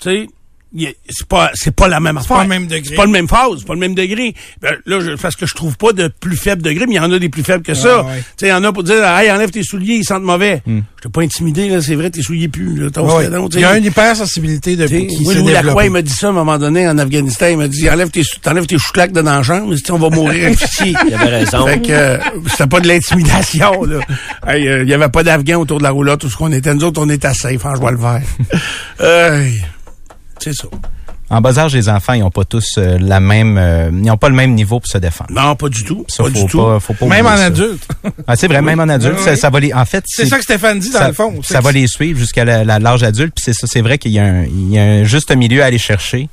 Speaker 1: tu sais, y a- c'est pas, c'est pas la même affaire.
Speaker 4: pas le même degré.
Speaker 1: C'est pas le même phase, c'est pas le même degré. Ben, là, je, parce que je trouve pas de plus faible degré, mais il y en a des plus faibles que ça.
Speaker 4: Ah, ouais.
Speaker 1: Tu sais, il y en a pour dire, hey, enlève tes souliers, ils sentent mauvais. Je t'ai pas intimidé, là, c'est vrai, tes souliers puent, là, tasse-toi
Speaker 4: Ouais.
Speaker 1: donc, tu
Speaker 4: Il y
Speaker 1: sais.
Speaker 4: a une hypersensibilité depuis
Speaker 1: T'sais,
Speaker 4: qui
Speaker 1: Moi,
Speaker 4: s'est
Speaker 1: Louis Lacroix,
Speaker 4: développée.
Speaker 1: il m'a dit ça à un moment donné en Afghanistan. Il m'a dit, enlève tes, sou- t'enlèves tes chouclaques de dans la chambre. Il dit, on va mourir ici.
Speaker 2: Il avait raison.
Speaker 1: Fait que, euh, c'était pas de l'intimidation, là. Hey, euh, Il y avait pas d'Afghans autour de la hein, roulotte, tout ce qu'on était. Nous autres, on était safe, en joie le vert. Euh, c'est ça.
Speaker 5: En bas âge, les enfants, ils n'ont pas tous euh, la même, euh, ils n'ont pas le même niveau pour se défendre.
Speaker 1: Non, pas du tout.
Speaker 5: Ça,
Speaker 1: pas
Speaker 5: faut
Speaker 1: du tout.
Speaker 5: pas, faut pas
Speaker 4: Même en
Speaker 5: oublier ça.
Speaker 4: adulte.
Speaker 5: Ah, c'est vrai, même en adulte,
Speaker 4: Oui,
Speaker 5: ça,
Speaker 4: oui.
Speaker 5: ça va les, en fait,
Speaker 4: C'est ça que Stéphane dit, dans
Speaker 5: ça,
Speaker 4: le fond.
Speaker 5: ça va les suivre jusqu'à la- la- l'âge adulte. Puis c'est ça, c'est vrai qu'il y a un, il y a un juste milieu à aller chercher.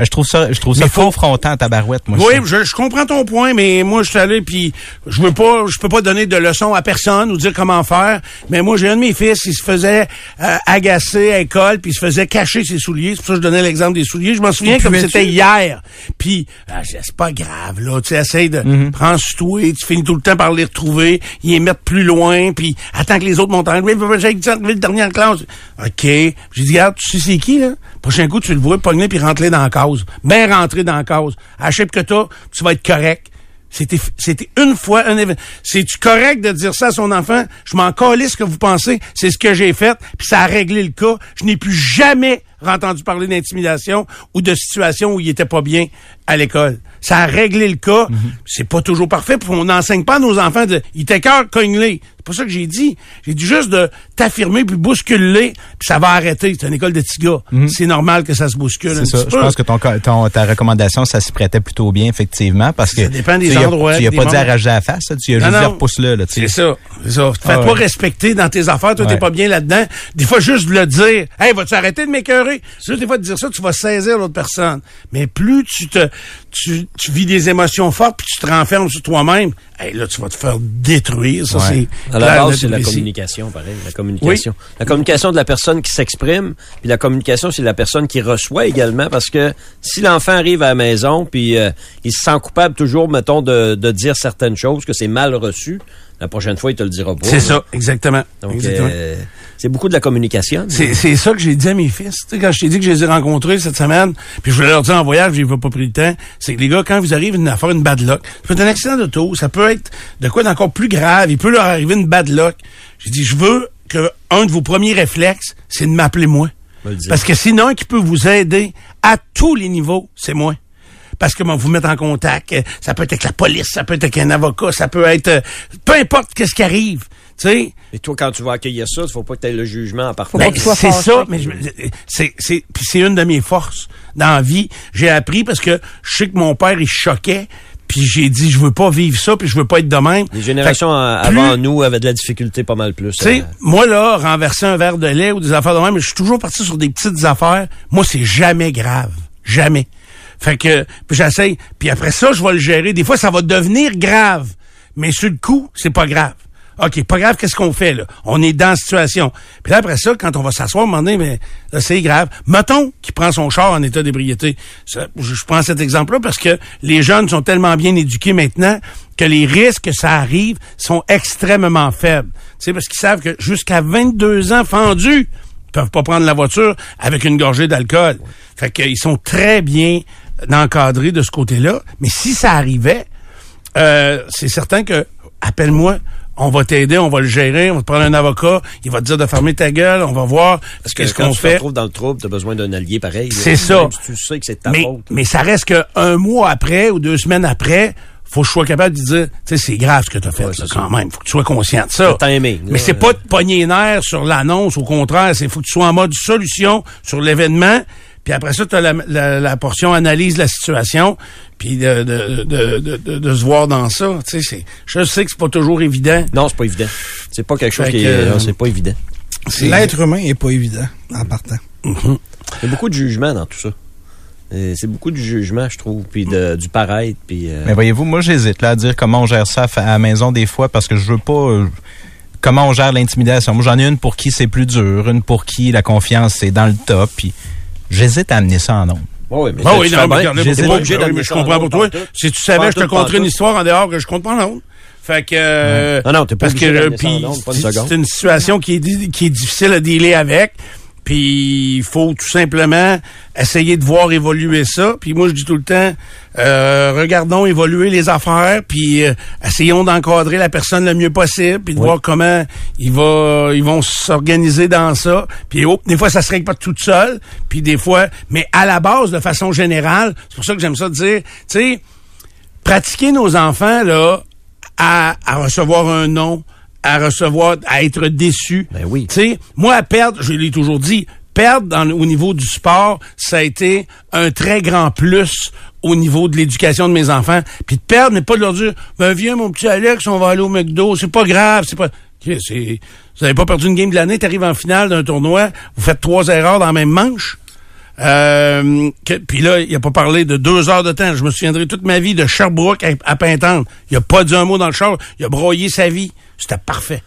Speaker 5: Euh, Je trouve ça, je trouve ça
Speaker 1: Mais faut-
Speaker 5: confrontant à tabarouette, moi.
Speaker 1: Oui,
Speaker 5: je trouve.
Speaker 1: je, je comprends ton point, mais moi je suis allé puis je veux pas, je peux pas donner de leçons à personne ou dire comment faire. Mais moi j'ai un de mes fils, il se faisait euh, agacer à l'école puis il se faisait cacher ses souliers. C'est pour ça que je donnais l'exemple des souliers. Je m'en souviens comme
Speaker 4: puait-tu?
Speaker 1: c'était hier. Puis ah, c'est c'est pas grave là, tu essayes de prendre sur toi, et tu finis tout le temps par les retrouver, ils les mettre plus loin, puis attends que les autres montent en Oui, oui, oui, j'ai le dernier en classe. Ok, j'ai dit regarde, tu sais c'est qui là? Prochain coup, tu le vois, pogner puis rentrer dans la cause. Ben rentrer dans la cause. À la shape que t'as, tu vas être correct. C'était, c'était une fois un événement. C'est-tu correct de dire ça à son enfant? Je m'en calais ce que vous pensez. C'est ce que j'ai fait. Puis ça a réglé le cas. Je n'ai plus jamais entendu parler d'intimidation ou de situation où il était pas bien à l'école. Ça a réglé le cas.
Speaker 5: Mm-hmm.
Speaker 1: C'est pas toujours parfait. Puis on n'enseigne pas à nos enfants de, il t'écœure, cogne-les. C'est pas ça que j'ai dit. J'ai dit juste de t'affirmer puis bousculer puis ça va arrêter. C'est une école de petits gars. C'est normal que ça se bouscule un
Speaker 5: Mm-hmm. C'est ça.
Speaker 1: petit
Speaker 5: Je
Speaker 1: peu.
Speaker 5: pense que ton, co- ton- ta recommandation, ça s'y prêtait plutôt bien, effectivement, parce que.
Speaker 1: Ça dépend des
Speaker 5: tu sais, y a-
Speaker 1: endroits,
Speaker 5: Tu y as
Speaker 1: des
Speaker 5: pas dit à
Speaker 1: moments.
Speaker 5: rager la face, là, tu y as
Speaker 1: Non,
Speaker 5: juste dit
Speaker 1: non.
Speaker 5: repousse-le, là, tu sais.
Speaker 1: C'est ça. C'est ça.
Speaker 5: Ah
Speaker 1: Fais-toi
Speaker 5: ouais.
Speaker 1: respecter dans tes affaires. Toi,
Speaker 5: Ouais.
Speaker 1: t'es pas bien là-dedans. Des fois, juste le dire. Hey, vas-tu arrêter de m'écœurer? Juste des fois, de dire ça, tu vas saisir l'autre personne. Mais plus tu te, tu, tu vis des émotions fortes puis tu te renfermes sur toi-même, hey, là, tu vas te faire détruire. Ça,
Speaker 5: Ouais.
Speaker 1: c'est
Speaker 2: À la
Speaker 1: clair,
Speaker 2: base,
Speaker 1: net
Speaker 2: c'est
Speaker 1: et
Speaker 2: la
Speaker 1: précis.
Speaker 2: communication, pareil. La communication. La communication de la personne qui s'exprime, puis la communication, c'est la personne qui reçoit également, parce que si l'enfant arrive à la maison, puis euh, il se sent coupable toujours, mettons, de, de dire certaines choses, que c'est mal reçu, la prochaine fois, il te le dira pas.
Speaker 1: C'est ça, exactement.
Speaker 2: Donc,
Speaker 1: Exactement.
Speaker 2: euh, c'est beaucoup de la communication.
Speaker 1: C'est, c'est ça que j'ai dit à mes fils. Tu sais, quand je t'ai dit que je les ai rencontrés cette semaine, puis je voulais leur dire en voyage, j'ai pas pris le temps, c'est que les gars, quand vous arrivez une affaire, une bad luck, ça peut être un accident d'auto, ça peut être de quoi d'encore plus grave, il peut leur arriver une bad luck. J'ai dit, je veux que un de vos premiers réflexes, c'est de m'appeler moi.
Speaker 2: Me le dire.
Speaker 1: Parce que sinon, qui peut vous aider à tous les niveaux, c'est moi. Parce que moi, vous mettre en contact, euh, ça peut être avec la police, ça peut être avec un avocat, ça peut être... euh, peu importe qu'est-ce qui arrive, tu sais.
Speaker 2: Et toi, quand tu vas accueillir ça, il faut pas que tu aies le jugement en partant.
Speaker 3: Faut pas
Speaker 1: Ben,
Speaker 3: que tu sois
Speaker 1: c'est
Speaker 3: fâché.
Speaker 1: ça, mais je me- c'est c'est puis c'est une de mes forces dans la vie. J'ai appris parce que je sais que mon père il choquait, puis j'ai dit je veux pas vivre ça, puis je veux pas être de même.
Speaker 2: Les générations
Speaker 1: Fait que
Speaker 2: avant
Speaker 1: plus-
Speaker 2: nous avaient de la difficulté pas mal plus.
Speaker 1: tu sais,
Speaker 2: euh,
Speaker 1: moi là, renverser un verre de lait ou des affaires de même, je suis toujours parti sur des petites affaires. Moi, c'est jamais grave, jamais. Fait que puis j'essaye, puis après ça, je vais le gérer. Des fois, ça va devenir grave, mais sur le coup, c'est pas grave. OK, pas grave, qu'est-ce qu'on fait là? On est dans la situation. Puis là, après ça, quand on va s'asseoir, on moment donné, mais là, c'est grave. Mettons qui prend son char en état d'ébriété. Ça, Je, je prends cet exemple-là parce que les jeunes sont tellement bien éduqués maintenant que les risques que ça arrive sont extrêmement faibles. Tu sais, parce qu'ils savent que jusqu'à 22 ans fendus, ils peuvent pas prendre la voiture avec une gorgée d'alcool. Fait qu'ils sont très bien encadrés de ce côté-là. Mais si ça arrivait, euh, c'est certain que appelle-moi, on va t'aider, on va le gérer, on va te prendre un avocat, il va te dire de fermer ta gueule, on va voir
Speaker 2: Parce
Speaker 1: qu'est-ce
Speaker 2: que quand
Speaker 1: qu'on
Speaker 2: tu te
Speaker 1: fait.
Speaker 2: retrouves dans le trouble, tu as besoin d'un allié pareil. là.
Speaker 1: C'est ça.
Speaker 2: Même si tu sais que c'est de ta
Speaker 1: mais,
Speaker 2: faute.
Speaker 1: mais ça reste que un mois après ou deux semaines après, faut que je sois capable de dire, tu sais, c'est grave ce que tu as fait,
Speaker 2: c'est
Speaker 1: là,
Speaker 2: ça.
Speaker 1: quand même. Faut que tu sois conscient de ça.
Speaker 2: Le timing, là,
Speaker 1: Mais c'est
Speaker 2: euh.
Speaker 1: pas de pogner les nerfs sur l'annonce. Au contraire, c'est faut que tu sois en mode solution sur l'événement. Puis après ça, tu as la, la- la portion analyse de la situation, puis de, de, de, de, de- de se voir dans ça. Tu sais, c'est- je sais que c'est pas toujours évident.
Speaker 2: Non, c'est pas évident. C'est pas quelque chose
Speaker 1: Fait
Speaker 2: qui
Speaker 1: que,
Speaker 2: est.
Speaker 1: euh,
Speaker 2: non, c'est pas évident.
Speaker 1: C'est-
Speaker 4: L'être humain est pas évident en partant.
Speaker 2: Il y a beaucoup de jugement dans tout ça. Euh, C'est beaucoup de jugement, je trouve, puis de, du paraître, puis. euh,
Speaker 5: Mais voyez-vous, moi, j'hésite là à dire comment on gère ça à fa- à la maison des fois parce que je veux pas. euh, comment on gère l'intimidation. Moi, j'en ai une pour qui c'est plus dur, une pour qui la confiance c'est dans le top. Puis j'hésite à amener ça en nombre.
Speaker 2: Ouais, ouais, Ben mais
Speaker 1: Ah
Speaker 2: tu-
Speaker 1: oui,
Speaker 2: tu
Speaker 1: non,
Speaker 2: fais
Speaker 1: mais
Speaker 2: bien.
Speaker 1: regardez,
Speaker 5: J'étais
Speaker 1: pourquoi-
Speaker 5: pas obligé
Speaker 1: oui, mais
Speaker 2: d'amener
Speaker 1: je
Speaker 2: ça en
Speaker 1: comprends pour
Speaker 2: onde,
Speaker 1: toi.
Speaker 2: pantoute.
Speaker 1: Si tu savais, je te
Speaker 2: Pantoute,
Speaker 1: conterais une
Speaker 2: pantoute.
Speaker 1: histoire en dehors que je compte pas en onde. Fait que... euh,
Speaker 2: Non, non, t'es pas
Speaker 1: Parce que
Speaker 2: obligé
Speaker 1: euh,
Speaker 2: d'amener ça en
Speaker 1: puis
Speaker 2: onde, pas une
Speaker 1: c'est
Speaker 2: seconde.
Speaker 1: c'est une situation qui est, di- qui est difficile à dealer avec. Puis il faut tout simplement essayer de voir évoluer ça. Puis moi, je dis tout le temps, euh, regardons évoluer les affaires, puis euh, essayons d'encadrer la personne le mieux possible, puis de
Speaker 2: Oui.
Speaker 1: voir comment il va, ils vont s'organiser dans ça. Puis oh, des fois, ça se règle pas toute seule, puis des fois... Mais à la base, de façon générale, c'est pour ça que j'aime ça dire, tu sais pratiquer nos enfants là à, à recevoir un non, à recevoir, à être déçu.
Speaker 2: Ben oui.
Speaker 1: Tu sais, moi à perdre, je l'ai toujours dit, perdre dans- au niveau du sport, ça a été un très grand plus au niveau de l'éducation de mes enfants. Puis de perdre, mais pas de leur dire, ben viens mon petit Alex, on va aller au McDo, c'est pas grave, c'est pas... Chris, c'est- Vous avez pas perdu une game de l'année, t'arrives en finale d'un tournoi, vous faites trois erreurs dans la même manche. Euh, que- puis là, il a pas parlé de deux heures de temps. Je me souviendrai toute ma vie de Sherbrooke à, à Pintante. Il a pas dit un mot dans le char. Il a broyé sa vie. C'était parfait.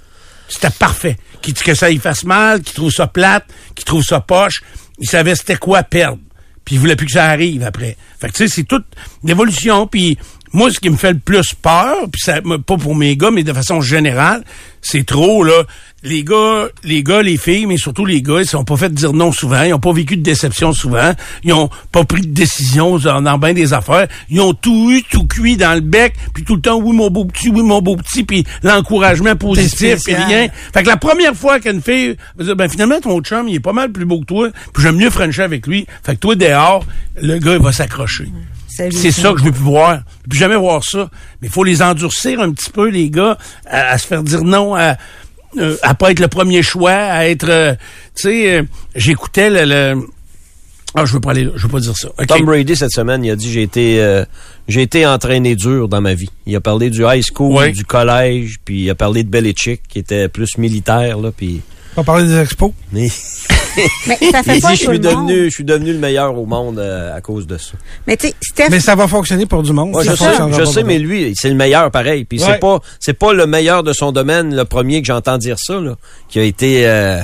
Speaker 1: C'était parfait. Qu'il dit que ça lui fasse mal, qu'il trouve ça plate, qu'il trouve ça poche. Il savait c'était quoi perdre. Puis il voulait plus que ça arrive après. Fait que tu sais, c'est toute l'évolution. Puis moi, ce qui me fait le plus peur, puis ça, me- pas pour mes gars, mais de façon générale, c'est trop là. Les gars, les gars, les filles, mais surtout les gars, ils sont pas faits de dire non souvent. Ils ont pas vécu de déception souvent. Ils ont pas pris de décision dans, dans bien des affaires. Ils ont tout eu, tout cuit dans le bec, puis tout le temps oui mon beau petit, oui mon beau petit, puis l'encouragement positif, puis
Speaker 4: spécial.
Speaker 1: rien. Fait que la première fois qu'une fille va dire, ben finalement ton chum, il est pas mal plus beau que toi, puis j'aime mieux Frencher avec lui. Fait que toi dehors, le gars il va s'accrocher.
Speaker 3: Salut.
Speaker 1: C'est ça que je veux plus voir. Je veux plus jamais voir ça. Mais il faut les endurcir un petit peu, les gars, à, à se faire dire non, à, euh, à pas être le premier choix, à être... euh, tu sais, euh, j'écoutais le... le- Ah, je veux pas aller là, je veux pas dire ça. OK.
Speaker 2: Tom Brady, cette semaine, il a dit, j'ai été, euh, j'ai été entraîné dur dans ma vie. Il a parlé du high school,
Speaker 1: Ouais.
Speaker 2: du collège, puis il a parlé de Belichick, qui était plus militaire, là, puis...
Speaker 4: On va parler des expos.
Speaker 2: Mais-
Speaker 3: Mais ça
Speaker 2: il
Speaker 3: fait
Speaker 2: dit, je
Speaker 3: pas tout
Speaker 2: suis
Speaker 3: le
Speaker 2: devenu,
Speaker 3: monde.
Speaker 2: je suis devenu le meilleur au monde euh, à cause de ça.
Speaker 3: Mais tu sais, Steph,
Speaker 4: Mais ça va fonctionner pour du monde.
Speaker 2: Ouais,
Speaker 4: Ça
Speaker 2: je sais,
Speaker 4: fonctionnera
Speaker 2: je
Speaker 4: pas
Speaker 2: sais,
Speaker 4: pour
Speaker 2: mais
Speaker 4: d'autres.
Speaker 2: lui, c'est le meilleur pareil. Puis
Speaker 4: Ouais.
Speaker 2: c'est pas, c'est pas le meilleur de son domaine, le premier que j'entends dire ça, là, qui a été, euh,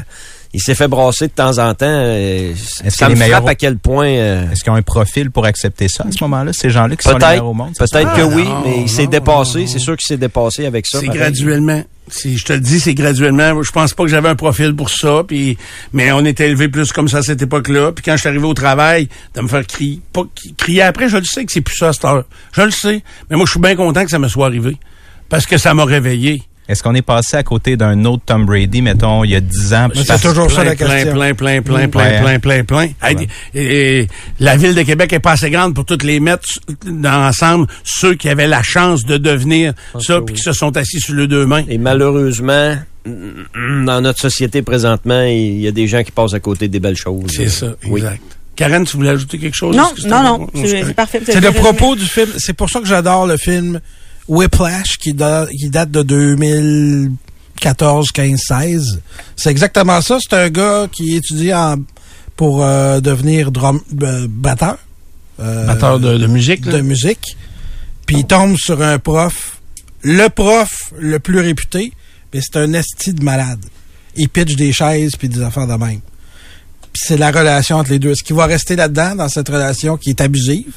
Speaker 2: il s'est fait brasser de temps en temps. euh,
Speaker 5: Est-ce
Speaker 2: ça
Speaker 5: qu'il
Speaker 2: me
Speaker 5: est meilleur
Speaker 2: frappe
Speaker 5: au-
Speaker 2: à quel point. euh,
Speaker 5: Est-ce qu'ils ont un profil pour accepter ça à ce moment-là, ces gens-là qui sont les
Speaker 2: peut-être,
Speaker 5: meilleurs au monde? ça se
Speaker 2: peut-être
Speaker 5: peut?
Speaker 2: que
Speaker 1: Ah,
Speaker 2: oui,
Speaker 1: non,
Speaker 2: mais il s'est
Speaker 1: non,
Speaker 2: dépassé. C'est sûr qu'il s'est dépassé avec ça.
Speaker 1: C'est
Speaker 2: pareil.
Speaker 1: graduellement. Si je te le dis, c'est graduellement. Je pense pas que j'avais un profil pour ça, puis mais on était élevé plus comme ça à cette époque-là. Puis quand je suis arrivé au travail, de me faire crier, pas qui- crier après, je le sais que c'est plus ça à cette heure. Je le sais, mais moi je suis bien content que ça me soit arrivé parce que ça m'a réveillé.
Speaker 5: Est-ce qu'on est passé à côté d'un autre Tom Brady, mettons, il y a 10 ans?
Speaker 4: c'est
Speaker 5: parce-
Speaker 4: toujours- ça,
Speaker 1: plein,
Speaker 4: la
Speaker 1: plein,
Speaker 4: question. Mm.
Speaker 1: plein, plein, plein, plein, plein,
Speaker 5: Ouais.
Speaker 1: plein, plein. Hey,
Speaker 5: Ouais.
Speaker 1: et- et la ville de Québec est pas assez grande pour toutes les mettre s- dans ensemble ceux qui avaient la chance de devenir
Speaker 4: Ah,
Speaker 1: ça, puis qui se sont assis sur les deux mains.
Speaker 2: Et malheureusement, dans notre société présentement, il y a des gens qui passent à côté des belles choses.
Speaker 1: C'est ça,
Speaker 2: Oui.
Speaker 1: exact. Karen, tu voulais ajouter quelque chose?
Speaker 3: non,
Speaker 1: Est-ce que c'est
Speaker 3: non,
Speaker 1: un-
Speaker 3: non, c'est-
Speaker 1: c'est
Speaker 3: c'est
Speaker 1: correct.
Speaker 3: parfait.
Speaker 4: C'est le propos du film. C'est pour ça que j'adore le film Whiplash qui, da- qui date de 2014, 15, 16. C'est exactement ça. C'est un gars qui étudie en- pour euh, devenir drum, euh, batteur. euh,
Speaker 1: Amateur de, de musique, là.
Speaker 4: de musique. Puis il tombe sur un prof, le prof le plus réputé, mais c'est un esti de malade. Il pitch des chaises puis des affaires de même. Puis c'est la relation entre les deux. Ce qui va rester là-dedans, dans cette relation qui est abusive,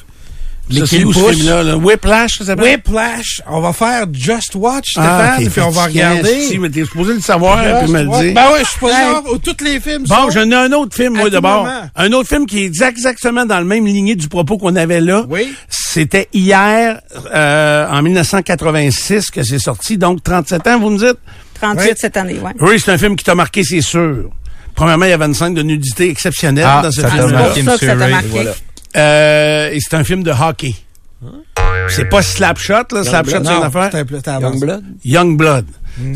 Speaker 4: mais
Speaker 1: Ça,
Speaker 4: qui
Speaker 1: c'est
Speaker 4: le
Speaker 1: où ce
Speaker 4: pousse.
Speaker 1: film-là, là? Whiplash, ça s'appelle?
Speaker 4: Whiplash, on va faire Just Watch,
Speaker 1: Ah,
Speaker 4: Stéphane,
Speaker 1: ok,
Speaker 4: puis on va
Speaker 1: fatigué, Si,
Speaker 4: regarder.
Speaker 1: mais t'es supposé le savoir,
Speaker 4: Just
Speaker 1: puis me le
Speaker 4: Watch.
Speaker 1: dire.
Speaker 4: Ben ouais, je suis pas sûr où tous les films
Speaker 1: Bon,
Speaker 4: sont.
Speaker 1: j'en ai un autre film,
Speaker 4: à
Speaker 1: moi,
Speaker 4: tout
Speaker 1: d'abord.
Speaker 4: moment.
Speaker 1: Un autre film qui est exact- exactement dans le même lignée du propos qu'on avait là.
Speaker 4: Oui.
Speaker 1: C'était hier, euh, en 1986, que c'est sorti. Donc, 37 ans, vous me dites?
Speaker 3: 38
Speaker 4: Ouais.
Speaker 3: cette année, ouais.
Speaker 1: Oui, c'est un film qui t'a marqué, c'est sûr. Premièrement, il y avait une scène de nudité exceptionnelle
Speaker 5: Ah,
Speaker 1: dans ce
Speaker 5: ça t'a
Speaker 1: film-là.
Speaker 5: marqué.
Speaker 3: C'est pour ça que ça t'a
Speaker 5: Surrey,
Speaker 3: marqué.
Speaker 2: voilà.
Speaker 1: Euh, et c'est un film de hockey. C'est pas Slapshot, là. Slapshot, c'est une
Speaker 4: Non,
Speaker 1: affaire.
Speaker 4: t'as- t'as avancé.
Speaker 2: Youngblood,
Speaker 1: Youngblood.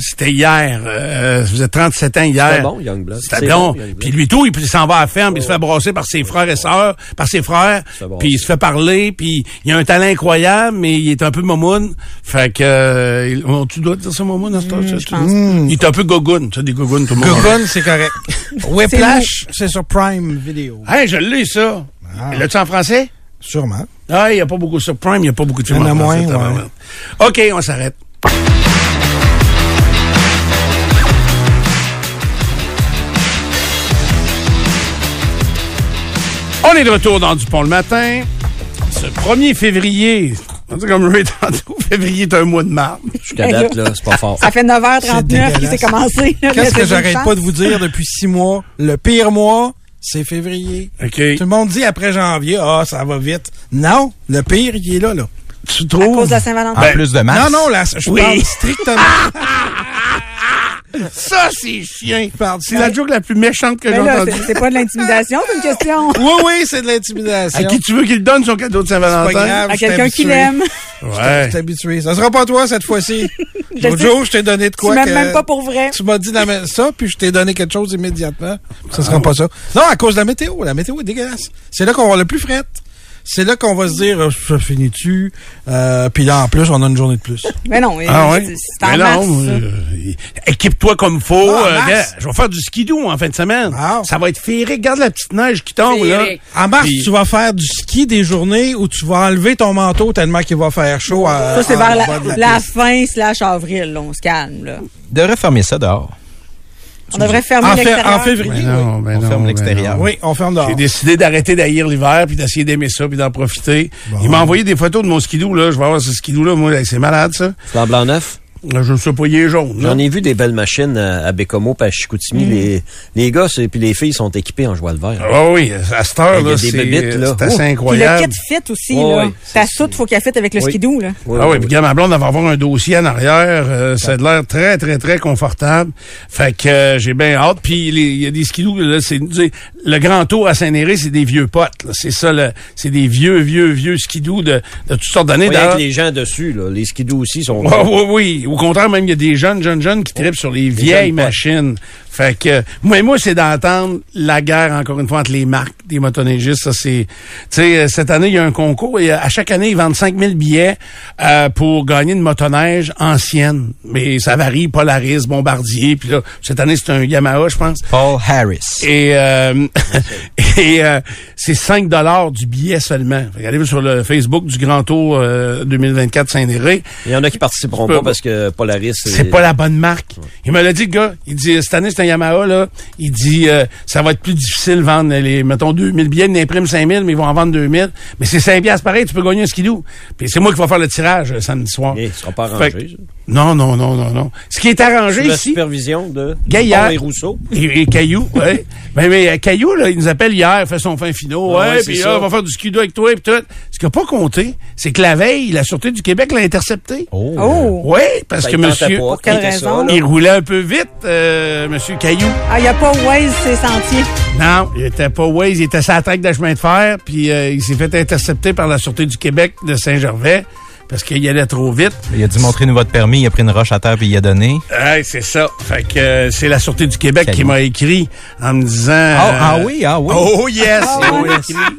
Speaker 1: C'était hier. Euh, vous êtes 37 ans hier.
Speaker 2: Hmm. C'était bon, Youngblood.
Speaker 1: C'était
Speaker 2: C'est
Speaker 1: bon.
Speaker 2: bon, Youngblood.
Speaker 1: Puis lui tout, il il s'en va à la ferme, puis il se fait brasser par ses frères et sœurs, par ses frères,
Speaker 2: fait brasser.
Speaker 1: puis il se fait parler, puis il a un talent incroyable, mais il est un peu momoun. Fait que... euh, il- on- tu dois dire ça, momoun, à ce temps, ça, tu-
Speaker 3: pense.
Speaker 1: Il est un peu gogoun. Tu as des gogounes, tout le monde.
Speaker 4: Gogun, c'est correct. Whiplash, c'est sur Prime Video.
Speaker 1: Hey, je l'ai, ça.
Speaker 4: Ah.
Speaker 1: L'as-tu en français?
Speaker 4: Sûrement.
Speaker 1: Ah, il n'y a pas beaucoup sur Prime, il n'y a pas beaucoup de films
Speaker 4: Il y en a
Speaker 1: français,
Speaker 4: moins, ouais.
Speaker 1: tabarnak. OK, on s'arrête. On est de retour dans Dupont le matin. Ce 1er février, on dit comme Ray tantôt, février est un mois de mars.
Speaker 2: jusqu'à date, là, c'est pas fort.
Speaker 3: Ça fait 9h39 que
Speaker 4: dégueulasse.
Speaker 3: c'est commencé. là,
Speaker 4: Qu'est-ce que
Speaker 3: laissez-vous
Speaker 4: j'arrête
Speaker 3: une
Speaker 4: pas
Speaker 3: chance.
Speaker 4: de vous dire depuis six mois? Le pire mois, c'est février.
Speaker 1: OK.
Speaker 4: Tout le monde dit après janvier, ah, ça va vite. Non, le pire, il est là, là.
Speaker 1: Tu
Speaker 3: À
Speaker 1: trouves?
Speaker 3: cause de la Saint-Valentin.
Speaker 4: Ah.
Speaker 5: En
Speaker 1: Ben,
Speaker 5: plus de maths.
Speaker 4: Non, non, là, je
Speaker 1: Oui. Ah!
Speaker 4: parle strictement.
Speaker 1: Ça, c'est chiant.
Speaker 4: Pardon.
Speaker 1: C'est la joke la plus méchante que j'ai
Speaker 3: Mais Ben là,
Speaker 4: Ben
Speaker 1: entendue.
Speaker 3: c'est- c'est pas de l'intimidation, c'est une question.
Speaker 4: oui, oui, c'est de l'intimidation.
Speaker 1: À qui tu veux qu'il donne son cadeau de
Speaker 4: C'est pas
Speaker 1: Saint-Valentin?
Speaker 4: grave,
Speaker 3: À
Speaker 4: je suis
Speaker 3: quelqu'un qui
Speaker 4: habitué.
Speaker 3: l'aime.
Speaker 4: Je suis
Speaker 1: Ouais.
Speaker 4: habitué. Ça sera pas toi cette fois-ci.
Speaker 3: Je
Speaker 4: L'autre
Speaker 3: sais-
Speaker 4: jour, je t'ai donné de quoi
Speaker 3: tu m'aimes
Speaker 4: que-
Speaker 3: même pas pour vrai.
Speaker 4: Tu m'as dit la mé- ça, puis je t'ai donné quelque chose immédiatement. Ce sera pas ça. Non, à cause de la météo. La météo est dégueulasse. C'est là qu'on va le plus fret. C'est là qu'on va se dire, euh, ça finit-tu? Euh, puis là, en plus, on a une journée de plus.
Speaker 3: Mais non,
Speaker 1: Ah
Speaker 3: euh,
Speaker 1: ouais?
Speaker 3: c'est- c'est en
Speaker 1: Mais
Speaker 3: mars.
Speaker 1: non,
Speaker 3: ça.
Speaker 1: euh, équipe-toi comme faut.
Speaker 4: Ah, en
Speaker 1: euh,
Speaker 4: mars.
Speaker 1: gars, je vais faire du skidoo en fin de semaine.
Speaker 4: Ah.
Speaker 1: Ça va être féerique. Regarde la petite neige qui tombe, là. Ah,
Speaker 6: Féerique.
Speaker 4: En mars,
Speaker 1: Puis-
Speaker 4: tu vas faire du ski des journées où tu vas enlever ton manteau tellement qu'il va faire chaud. à-
Speaker 3: Ça, c'est
Speaker 4: en
Speaker 3: vers
Speaker 4: bas Ah, de
Speaker 3: la, la
Speaker 4: piste.
Speaker 3: fin slash avril, là, on se calme, là.
Speaker 5: devrait fermer ça dehors.
Speaker 3: On devrait fermer
Speaker 4: en, fe-
Speaker 3: l'extérieur.
Speaker 4: en février.
Speaker 1: Ben
Speaker 4: oui.
Speaker 1: non, ben
Speaker 5: On
Speaker 1: non,
Speaker 5: ferme
Speaker 1: ben
Speaker 5: l'extérieur.
Speaker 1: non.
Speaker 4: Oui, on ferme dehors.
Speaker 1: J'ai décidé d'arrêter d'haïr l'hiver puis d'essayer d'aimer ça puis d'en profiter. Il m'a envoyé des photos de mon skidoo là. Je vais avoir ce skidoo là. Moi, c'est malade ça.
Speaker 2: Flamblant neuf.
Speaker 1: Là, Je sais pas, il est jaune. là.
Speaker 2: J'en ai vu des belles machines à, à Bécomo, puis à Chicoutimi.
Speaker 1: Mm.
Speaker 2: Les, les gars et puis les filles sont équipés en joie de verre.
Speaker 1: Ah oui, à cette heure
Speaker 2: Ben, Il y
Speaker 1: là,
Speaker 2: a des
Speaker 1: c'est
Speaker 2: bébites, là.
Speaker 1: c'est assez
Speaker 2: Oh.
Speaker 3: Puis le
Speaker 1: incroyable.
Speaker 3: kit fit aussi,
Speaker 2: Ouais,
Speaker 3: là.
Speaker 2: ouais,
Speaker 3: Ta
Speaker 2: c'est-
Speaker 3: soute, faut qu'elle fit avec le
Speaker 2: Oui.
Speaker 3: skidou, là.
Speaker 1: ah oui, puis gars, ma blonde elle va avoir un dossier en arrière. euh, ça a l'air très, très, très confortable. Fait que euh, j'ai bien hâte. Puis les- il y a des skidoo, là, c'est tu sais, le grand tour à Saint-Néré, c'est des vieux potes. là. C'est ça, le- c'est des vieux, vieux, vieux skidoo de, de toutes sortes d'années.
Speaker 2: Il y a
Speaker 1: D'ailleurs-
Speaker 2: que les gens dessus, là. Les skidoo aussi sont...
Speaker 1: Oui, Ah, oui, oui. Au contraire, même, il y a des jeunes, jeunes, jeunes qui tripent sur les vieilles
Speaker 2: jeunes potes.
Speaker 1: machines. Fait que, moi, moi, c'est d'entendre la guerre, encore une fois, entre les marques des motoneigistes. Ça, c'est, tu sais, euh, cette année, il y a un concours et euh, à chaque année, ils vendent 5000 billets, euh, pour gagner une motoneige ancienne. Mais ça varie, Polaris, Bombardier, puis là, cette année, c'est un Yamaha, je pense.
Speaker 5: Paul Harris.
Speaker 1: Et, euh, et euh, c'est 5 dollars du billet seulement. Regardez-vous sur le Facebook du Grand Tour euh, 2024 Saint-Néré.
Speaker 2: Il y en a qui participeront
Speaker 1: Tu peux-
Speaker 2: pas parce que Polaris...
Speaker 1: C'est pas la bonne marque. Il me l'a dit, le gars. Il dit, cette année, c'est un Yamaha, là. Il dit, euh, ça va être plus difficile de vendre les, mettons, 2000 billets. Ils impriment 5000, mais ils vont en vendre 2000. Mais c'est 5 piastres pareil, tu peux gagner un skidoo. Puis c'est moi qui vais faire le tirage euh, samedi soir.
Speaker 2: Eh, ce sera pas
Speaker 1: Fait que-
Speaker 2: arrangé, ça.
Speaker 1: Non, non, non, non, non. Ce qui est arrangé
Speaker 2: Sous la
Speaker 1: ici,
Speaker 2: supervision de...
Speaker 1: Gaillard.
Speaker 2: et Rousseau.
Speaker 1: et, et Caillou, ouais. Ben, mais euh, Caillou, là, il nous appelle hier, fait son fin finaux.
Speaker 2: Ah
Speaker 1: Ouais,
Speaker 2: ouais, c'est
Speaker 1: puis
Speaker 2: ça.
Speaker 1: là, on va faire du skidoo avec toi, puis tout. Ce qu'il n'a pas compté, c'est que la veille, la Sûreté du Québec l'a intercepté.
Speaker 3: Oh!
Speaker 1: Oui, parce
Speaker 2: Ça,
Speaker 1: que
Speaker 2: il tentait
Speaker 1: monsieur...
Speaker 2: pas.
Speaker 3: pour quelle
Speaker 2: Il était
Speaker 3: raison?
Speaker 2: ça, là.
Speaker 1: Il roulait un peu vite, euh, Monsieur Caillou.
Speaker 3: Ah, y a pas Waze, ces sentiers.
Speaker 1: Non, il était pas Waze, il était sur la traque de chemin de fer, puis euh, il s'est fait intercepter par la Sûreté du Québec de Saint-Gervais parce qu'il allait trop vite.
Speaker 5: Il a dû montrer nous votre permis, il a pris une roche à terre puis il a donné.
Speaker 1: Ouais, c'est ça. Fait que euh, c'est la Sûreté du Québec
Speaker 5: Caillou.
Speaker 1: qui m'a écrit en me disant... euh,
Speaker 5: ah oui, ah oui.
Speaker 1: Oh yes!
Speaker 3: Ah ouais.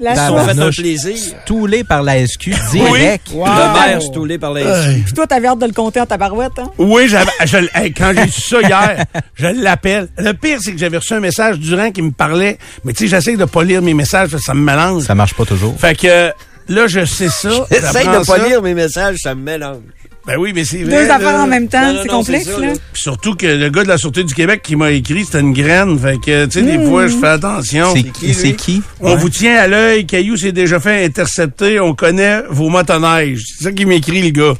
Speaker 3: La
Speaker 5: Dans
Speaker 2: Ils
Speaker 5: Ah,
Speaker 2: sont
Speaker 5: la
Speaker 3: soute.
Speaker 2: fait un
Speaker 5: noche.
Speaker 2: plaisir.
Speaker 5: Toulé par la SQ direct.
Speaker 3: Wow.
Speaker 2: Le maire stoulé par les...
Speaker 3: Puis toi, t'avais hâte de le compter en tabarouette, hein?
Speaker 1: Oui, j'avais, je l- hey, quand j'ai su ça hier, je l'appelle. Le pire, c'est que j'avais reçu un message durant qui me parlait, mais tu sais, j'essaie de pas lire mes messages, parce que ça me mélange.
Speaker 5: Ça marche pas toujours.
Speaker 1: Fait que là, je sais ça.
Speaker 2: Essaye
Speaker 1: j'apprends
Speaker 2: de pas
Speaker 1: ça.
Speaker 2: lire mes messages, ça me mélange.
Speaker 1: Ben oui, mais c'est vrai.
Speaker 3: Deux
Speaker 1: là.
Speaker 3: affaires en même temps,
Speaker 2: Non, non,
Speaker 3: c'est
Speaker 2: non,
Speaker 3: complexe,
Speaker 2: c'est ça,
Speaker 3: là.
Speaker 2: là.
Speaker 1: Puis surtout que le gars de la Sûreté du Québec qui m'a écrit, c'était une graine. Fait que, tu sais,
Speaker 3: Mmh.
Speaker 1: des fois, je fais attention.
Speaker 5: C'est qui, c'est
Speaker 2: lui?
Speaker 5: qui?
Speaker 1: On vous tient à l'œil, Caillou s'est déjà fait intercepter, on connaît vos motoneiges. C'est ça qui m'écrit, le gars.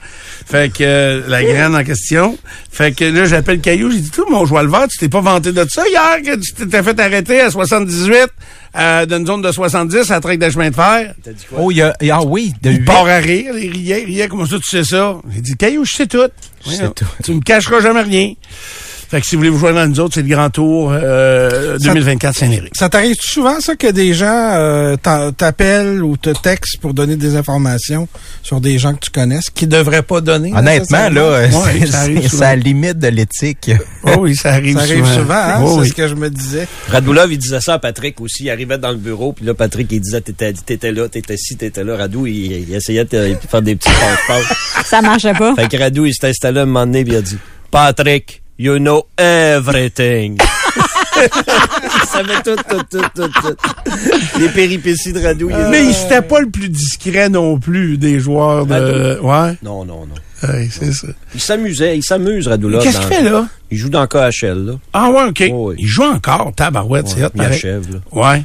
Speaker 1: Fait que euh, la graine en question. Fait que là, j'appelle Caillou, j'ai dit, tout mon joie le vert, tu t'es pas vanté de ça hier, que tu t'étais fait arrêter à 78, euh, d'une zone de 70 à la traque de chemin de fer.
Speaker 2: T'as dit quoi?
Speaker 5: Oh, il y a, ah oui, de
Speaker 1: Il
Speaker 5: huit.
Speaker 1: part à rire, il riait, il riait, comment ça tu sais ça? J'ai dit, Caillou, je sais tout.
Speaker 5: sais
Speaker 1: Voyons,
Speaker 5: tout.
Speaker 1: Tu me cacheras jamais rien. Fait que si vous voulez vous joindre à nous autres, c'est le grand tour euh,
Speaker 4: Ça-
Speaker 1: 2024 Saint-Éric.
Speaker 4: Ça t'arrive souvent, ça, que des gens euh, t'en- t'appellent ou te textent pour donner des informations sur des gens que tu connaisses qui devraient pas donner?
Speaker 1: Ah,
Speaker 5: Honnêtement, là,
Speaker 4: nécessairement?
Speaker 5: euh,
Speaker 1: Ouais,
Speaker 5: c'est-
Speaker 1: ça arrive
Speaker 5: c'est
Speaker 1: souvent.
Speaker 5: c'est à la limite de l'éthique.
Speaker 1: Oh oui, ça arrive
Speaker 4: Ça arrive
Speaker 1: souvent.
Speaker 4: souvent, hein?
Speaker 1: Oh
Speaker 4: c'est
Speaker 1: oui.
Speaker 4: ce que je me disais.
Speaker 2: Radoulov, il disait ça à Patrick aussi. Il arrivait dans le bureau, puis là, Patrick, il disait, t'étais, t'étais là, t'étais ci, t'étais là. Radou, il, il essayait de te faire des petits passe-passe.
Speaker 3: Ça marchait pas.
Speaker 2: fait que Radou, il s'est installé un moment donné, puis il a dit, Patrick, you know everything. il savait tout, tout, tout, tout, tout. Les péripéties de Radou. il est-
Speaker 1: Mais il c'était pas le plus discret non plus des joueurs de. Ouais,
Speaker 2: Non, non, non.
Speaker 1: ouais, c'est ça.
Speaker 2: Il s'amusait, il s'amuse, Radoulov.
Speaker 1: Qu'est-ce
Speaker 2: dans-
Speaker 1: qu'il fait là?
Speaker 2: Il joue dans KHL, là.
Speaker 1: Ah ouais, ok.
Speaker 2: Oh oui.
Speaker 1: Il joue encore, tabarouette, c'est hot.
Speaker 2: il
Speaker 1: pareil.
Speaker 2: achève, là.
Speaker 1: Ouais.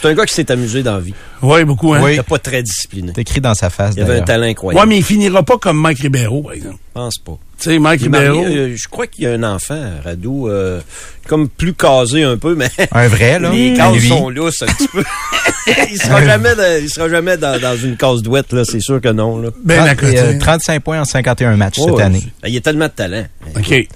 Speaker 2: C'est un gars qui s'est amusé dans la vie.
Speaker 1: Ouais, beaucoup, hein?
Speaker 5: Oui.
Speaker 2: Il était pas très discipliné.
Speaker 5: C'est écrit dans sa face,
Speaker 2: Il avait un
Speaker 5: d'ailleurs.
Speaker 2: talent
Speaker 1: Ouais,
Speaker 2: incroyable.
Speaker 1: mais il finira pas comme Mike Ribeiro, par exemple.
Speaker 2: Je pense pas.
Speaker 1: Tu sais, Mike
Speaker 2: Il est marié,
Speaker 1: Ribeiro.
Speaker 2: euh, je crois qu'il y a un enfant, Radou, euh, comme plus casé un peu, mais
Speaker 5: Un vrai, là.
Speaker 2: les
Speaker 5: à
Speaker 2: cases
Speaker 5: lui.
Speaker 2: sont lousses un petit peu. il sera jamais, dans, il sera jamais dans, dans une case douette, là, c'est sûr que non. Là.
Speaker 1: Ben à
Speaker 5: Trente-
Speaker 1: côté.
Speaker 5: euh, 35 points en 51 matchs
Speaker 2: Oh,
Speaker 5: cette année.
Speaker 2: c'est- Il y a tellement de talent.
Speaker 1: OK.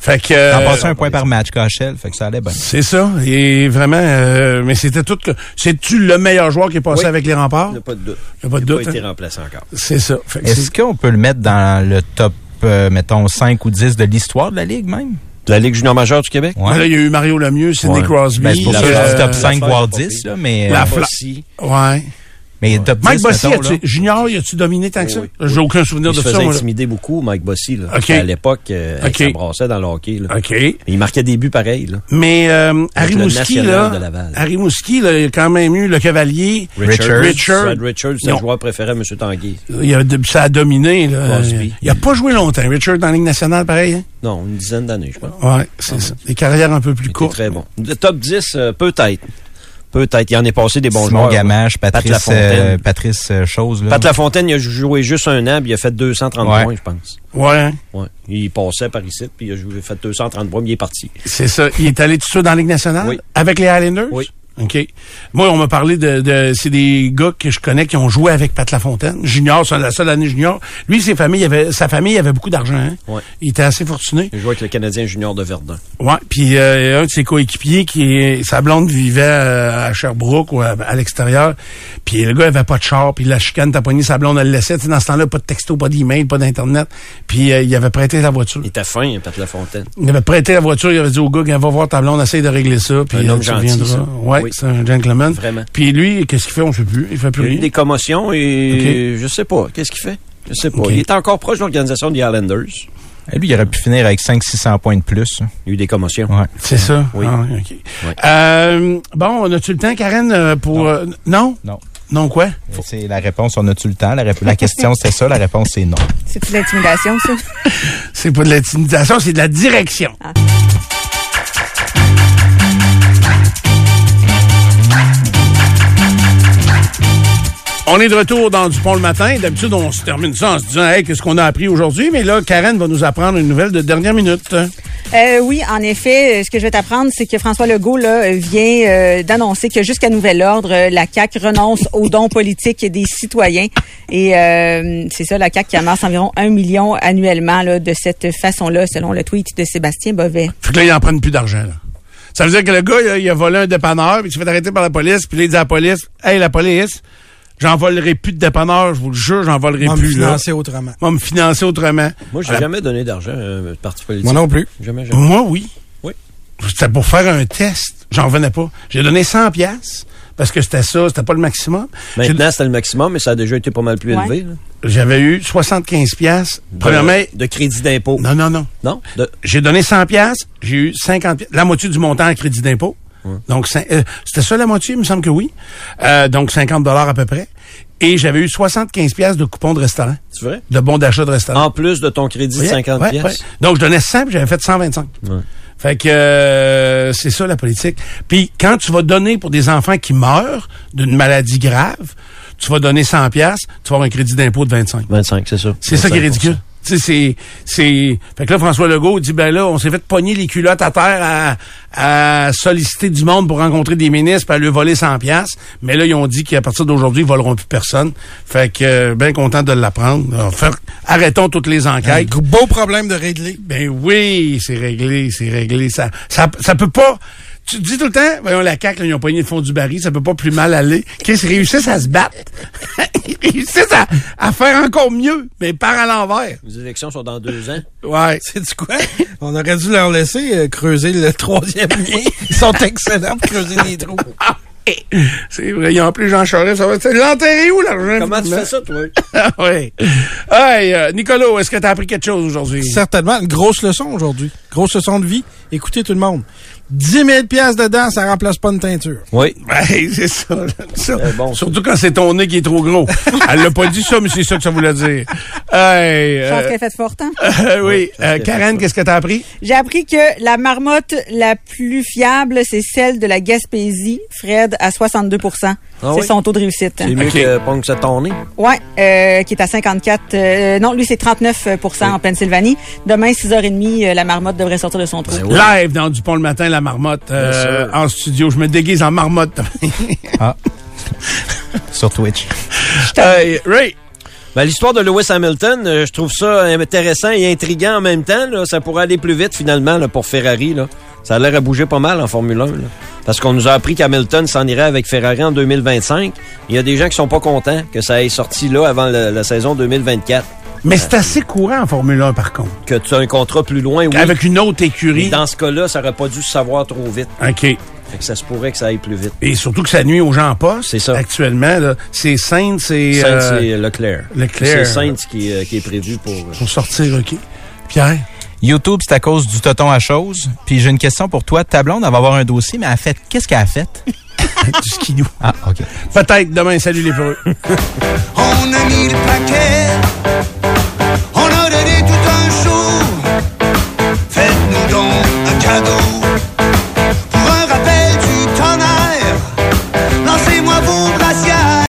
Speaker 1: Fait que.
Speaker 5: En
Speaker 1: euh,
Speaker 5: passant un point par match, KHL, fait que ça allait bien.
Speaker 1: C'est ça. Et vraiment, euh, mais c'était tout. que- C'est-tu le meilleur joueur qui est passé
Speaker 2: Oui.
Speaker 1: avec les remparts?
Speaker 2: Il n'y a pas de doute.
Speaker 1: Il n'y a pas de
Speaker 2: il n'a
Speaker 1: doute.
Speaker 2: pas été
Speaker 1: hein?
Speaker 2: remplacé encore.
Speaker 1: C'est ça. Fait que
Speaker 5: Est-ce qu'on peut le mettre dans le top euh, mettons, 5 ou 10 de l'histoire de la Ligue même.
Speaker 2: De la Ligue junior majeure du Québec?
Speaker 5: Ouais.
Speaker 1: Ben là, il y a eu Mario Lemieux, Sidney
Speaker 2: Ouais.
Speaker 1: Crosby.
Speaker 5: Ben, c'est pour ça que je
Speaker 1: euh,
Speaker 5: dis top 5,
Speaker 2: l'affaire,
Speaker 5: voire
Speaker 2: c'est pas
Speaker 5: 10, là, mais,
Speaker 1: La
Speaker 5: euh,
Speaker 1: fla-
Speaker 2: Aussi.
Speaker 1: Ouais.
Speaker 5: mais top 10,
Speaker 1: Mike Bossy,
Speaker 5: mettons, là.
Speaker 1: as-tu- Junior, y a-tu dominé tant que ça?
Speaker 2: Oui,
Speaker 1: J'ai aucun souvenir
Speaker 2: Il se
Speaker 1: de ça.
Speaker 2: faisait
Speaker 1: moi, là.
Speaker 2: intimider beaucoup, Mike Bossy. Là.
Speaker 1: OK.
Speaker 2: À l'époque, euh, hey,
Speaker 1: OK.
Speaker 2: ça brassait dans le hockey. Là.
Speaker 1: OK.
Speaker 2: Il marquait des buts pareils. Là.
Speaker 1: Mais euh, à
Speaker 2: Avec le
Speaker 1: Rimouski,
Speaker 2: national
Speaker 1: là,
Speaker 2: de Laval.
Speaker 1: à Rimouski, là, il y a quand même eu le Cavalier.
Speaker 5: Richards.
Speaker 1: Richards.
Speaker 2: Fred Richards, c'est
Speaker 1: Non.
Speaker 2: le joueur préféré à M. Tanguy.
Speaker 1: Il a, ça a dominé. Là.
Speaker 2: Crosby.
Speaker 1: Il a pas joué longtemps. Richard dans la Ligue nationale, pareil. Hein?
Speaker 2: Non, une dizaine d'années, je pense.
Speaker 1: Ouais, c'est ça. Des carrières un peu
Speaker 2: Ah, Il
Speaker 1: plus
Speaker 2: était
Speaker 1: courtes.
Speaker 2: très bon. Le top 10, euh, peut-être. Peut-être. Il en est passé des bons
Speaker 5: Simon
Speaker 2: joueurs.
Speaker 5: Gamache,
Speaker 2: Pat
Speaker 5: Patrice,
Speaker 2: Lafontaine.
Speaker 5: euh, Patrice euh, Chose. Là,
Speaker 2: Pat Lafontaine, il a joué juste un an, puis il a fait 230
Speaker 5: Ouais.
Speaker 2: points, je pense.
Speaker 1: Ouais, hein?
Speaker 2: Ouais. Il passait par ici, puis il a joué, fait 230 points, puis il est parti.
Speaker 1: c'est ça. Il est allé tout de suite dans la Ligue nationale
Speaker 2: Oui.
Speaker 1: avec les Highlanders.
Speaker 2: Oui.
Speaker 1: OK. Moi, on m'a parlé de, de c'est des gars que je connais qui ont joué avec Pat Lafontaine. Junior, c'est la seule année junior. Lui, ses familles, avait, sa famille avait beaucoup d'argent. Hein?
Speaker 2: Ouais.
Speaker 1: Il était assez fortuné.
Speaker 2: Il a joué avec le Canadien junior de Verdun.
Speaker 1: Ouais, puis euh, un de ses coéquipiers qui est- sa blonde vivait euh, à Sherbrooke ou à, à l'extérieur, puis le gars avait pas de char, puis la chicane t'a pogné sa blonde, elle le laissait, Tu sais, dans ce temps-là pas de texto, pas d'email, pas d'internet, puis euh, il avait prêté la voiture.
Speaker 2: Il était fin, hein, Pat Lafontaine.
Speaker 1: Il avait prêté la voiture, il avait dit au gars, Gars, va voir ta blonde, essaye de régler ça, puis
Speaker 2: Un
Speaker 1: euh,
Speaker 2: homme
Speaker 1: tu
Speaker 2: gentil,
Speaker 1: reviendras.
Speaker 2: ça.
Speaker 1: Ouais,
Speaker 2: Oui.
Speaker 1: c'est un gentleman.
Speaker 2: Vraiment.
Speaker 1: Puis lui, qu'est-ce qu'il fait, on sait plus, il fait plus
Speaker 2: Il y a eu
Speaker 1: rien.
Speaker 2: des commotions et je sais pas. Qu'est-ce qu'il fait? Je sais pas.
Speaker 1: Ok.
Speaker 2: Il est encore proche de l'organisation des Highlanders.
Speaker 5: Eh, Lui, il aurait pu finir avec 500-600 points de plus. hein.
Speaker 2: Il y a eu des commotions.
Speaker 5: Ouais.
Speaker 1: C'est ça.
Speaker 2: Oui.
Speaker 1: Ah, ok.
Speaker 2: Oui.
Speaker 1: Euh, bon, on a-tu le temps, Karen, euh, pour
Speaker 5: Non.
Speaker 1: euh, non,
Speaker 5: Non.
Speaker 1: non quoi?
Speaker 5: C'est la réponse, on a-tu le temps? La, rép- la question, c'est ça. La réponse, c'est non.
Speaker 3: C'est-tu de l'intimidation, ça?
Speaker 1: C'est pas de l'intimidation, c'est de la direction. On est de retour dans Dupont le matin. D'habitude, on se termine ça en se disant Hey, qu'est-ce qu'on a appris aujourd'hui? Mais là, Karen va nous apprendre une nouvelle de dernière minute.
Speaker 3: Euh, oui, en effet, euh, ce que je vais t'apprendre, c'est que François Legault là, euh, vient euh, d'annoncer que jusqu'à nouvel ordre, euh, la CAQ renonce aux dons politiques des citoyens. Et euh, c'est ça, la CAQ qui amasse environ un million annuellement là, de cette façon-là, selon le tweet de Sébastien Bovet.
Speaker 1: Fait que là, ils en prennent plus d'argent. là. Ça veut dire que le gars, il a, il a volé un dépanneur, puis il s'est fait arrêter par la police, puis là, il dit à la police Hey, la police, j'en volerai plus de dépanneur, je vous le jure, j'en volerai
Speaker 4: On va me
Speaker 1: plus. Là.
Speaker 4: financer autrement.
Speaker 1: On va me financer autrement. Euh,
Speaker 2: Moi, j'ai
Speaker 1: À la
Speaker 2: jamais donné d'argent à un parti politique.
Speaker 4: Moi non plus.
Speaker 2: Jamais, jamais.
Speaker 1: Moi, oui.
Speaker 2: Oui.
Speaker 1: C'était pour faire un test. J'en revenais pas. J'ai donné 100 pièces parce que c'était ça, c'était pas le maximum. J'ai-
Speaker 2: Maintenant, c'était le maximum, mais ça a déjà été pas mal plus
Speaker 3: Ouais.
Speaker 2: élevé. là.
Speaker 1: J'avais eu 75 pièces.
Speaker 2: De-
Speaker 1: Premièrement,
Speaker 2: De crédit d'impôt.
Speaker 1: non, non, non.
Speaker 2: Non? De-
Speaker 1: J'ai donné 100 pièces, j'ai eu 50 pièces, la moitié du montant en crédit d'impôt. Donc, cin- euh, c'était ça la moitié, il me semble que oui. Euh, donc, 50 dollars à peu près. Et j'avais eu 75 pièces de coupons de restaurant,
Speaker 2: C'est vrai?
Speaker 1: de bons d'achat de restaurant.
Speaker 2: En plus de ton crédit de
Speaker 1: Ouais,
Speaker 2: 50
Speaker 1: ouais,
Speaker 2: pièces.
Speaker 1: ouais. Donc, je donnais 100, puis j'avais fait 125.
Speaker 2: Ouais.
Speaker 1: Fait que euh, c'est ça, la politique. Puis, quand tu vas donner pour des enfants qui meurent d'une maladie grave, tu vas donner 100 piastres, tu vas avoir un crédit d'impôt de 25.
Speaker 2: 25, c'est ça.
Speaker 1: C'est ça qui est
Speaker 2: 25%.
Speaker 1: ridicule. Tu sais, c'est, c'est, fait que là, François Legault dit, ben là, on s'est fait pogner les culottes à terre à, à solliciter du monde pour rencontrer des ministres, puis à lui voler 100 piastres. Mais là, ils ont dit qu'à partir d'aujourd'hui, ils voleront plus personne. Fait que, euh, ben content de l'apprendre. Alors, fait- arrêtons toutes les
Speaker 4: Un
Speaker 1: enquêtes.
Speaker 4: gros- beau problème de régler.
Speaker 1: Ben oui, c'est réglé, c'est réglé. Ça, ça, ça peut pas. Tu dis tout le temps, voyons, la CAQ, là, ils ont pogné le fond du baril, ça peut pas plus mal aller. Qu'ils réussissent à se battre. ils réussissent à, à faire encore mieux, mais par à l'envers.
Speaker 2: Les élections sont dans deux ans.
Speaker 1: Ouais.
Speaker 4: C'est du quoi? On aurait dû leur laisser euh, creuser le troisième lien. Ils sont excellents pour creuser les trous.
Speaker 1: C'est vrai, ils ont appelé Jean Charest, ça va être l'enterrer où, l'argent?
Speaker 2: Comment tu fais ça, toi?
Speaker 1: ça? ouais. Hey, euh, Nicolas, est-ce que t'as appris quelque chose aujourd'hui?
Speaker 4: Certainement, une grosse leçon aujourd'hui. Grosse leçon de vie. Écoutez tout le monde. 10 000 piastres dedans, ça remplace pas une teinture.
Speaker 2: Oui.
Speaker 1: Ouais, c'est ça. ça.
Speaker 2: Eh, bon.
Speaker 1: Surtout quand c'est ton nez qui est trop gros. Elle l'a pas dit ça, mais c'est ça que ça voulait dire. Hey,
Speaker 3: Je
Speaker 1: euh,
Speaker 3: pense qu'elle fait fort hein? temps.
Speaker 1: Euh, oui.
Speaker 2: je pense
Speaker 1: Euh,
Speaker 2: qu'elle fait
Speaker 1: Karen,
Speaker 2: ça.
Speaker 1: qu'est-ce que t'as appris?
Speaker 3: J'ai appris que la marmotte la plus fiable, c'est celle de la Gaspésie, Fred, à 62 C'est
Speaker 2: Ah oui?
Speaker 3: son taux de réussite.
Speaker 2: C'est mieux
Speaker 1: Ok.
Speaker 2: que Pong se tourner.
Speaker 3: Ouais, euh, qui est à 54. euh, non, lui, c'est 39 en Pennsylvanie. Demain, 6h30, euh, la marmotte devrait sortir de son trou.
Speaker 2: Ben oui.
Speaker 1: Live dans Dupont le matin, la marmotte euh,
Speaker 2: Bien sûr.
Speaker 1: en studio. Je me déguise en marmotte.
Speaker 5: Ah. Sur Twitch.
Speaker 1: Hey, Ray,
Speaker 2: Ben, L'histoire de Lewis Hamilton, euh, je trouve ça intéressant et intriguant en même temps. là. Ça pourrait aller plus vite finalement là, pour Ferrari. Là. Ça a l'air à bouger pas mal en Formule 1. là. Parce qu'on nous a appris qu'Hamilton s'en irait avec Ferrari en 2025. Il y a des gens qui sont pas contents que ça ait sorti là avant la, la saison 2024.
Speaker 1: Mais c'est assez courant en Formule 1, par contre.
Speaker 2: Que tu as un contrat plus loin, oui.
Speaker 1: Avec une autre
Speaker 2: Mais
Speaker 1: écurie.
Speaker 2: dans ce cas-là, ça aurait pas dû se savoir trop vite.
Speaker 1: OK.
Speaker 2: Fait que ça se pourrait que ça aille plus vite.
Speaker 1: Et surtout que ça nuit aux gens en poste.
Speaker 2: C'est ça.
Speaker 1: Actuellement, là. c'est Sainte, c'est...
Speaker 2: Sainte,
Speaker 1: euh,
Speaker 2: c'est Leclerc.
Speaker 1: Leclerc.
Speaker 2: C'est Sainte qui, euh, qui est prévu pour. euh,
Speaker 1: pour sortir, OK. Pierre?
Speaker 5: YouTube, c'est à cause du toton à chose. Puis j'ai une question pour toi. Ta blonde, elle va avoir un dossier, mais elle a fait. Qu'est-ce qu'elle a fait?
Speaker 1: du skidou.
Speaker 5: Ah, OK.
Speaker 1: Peut-être demain. Salut les peureux.
Speaker 6: On a mis le paquet, on a donné tout un jour. Faites-nous donc un cadeau.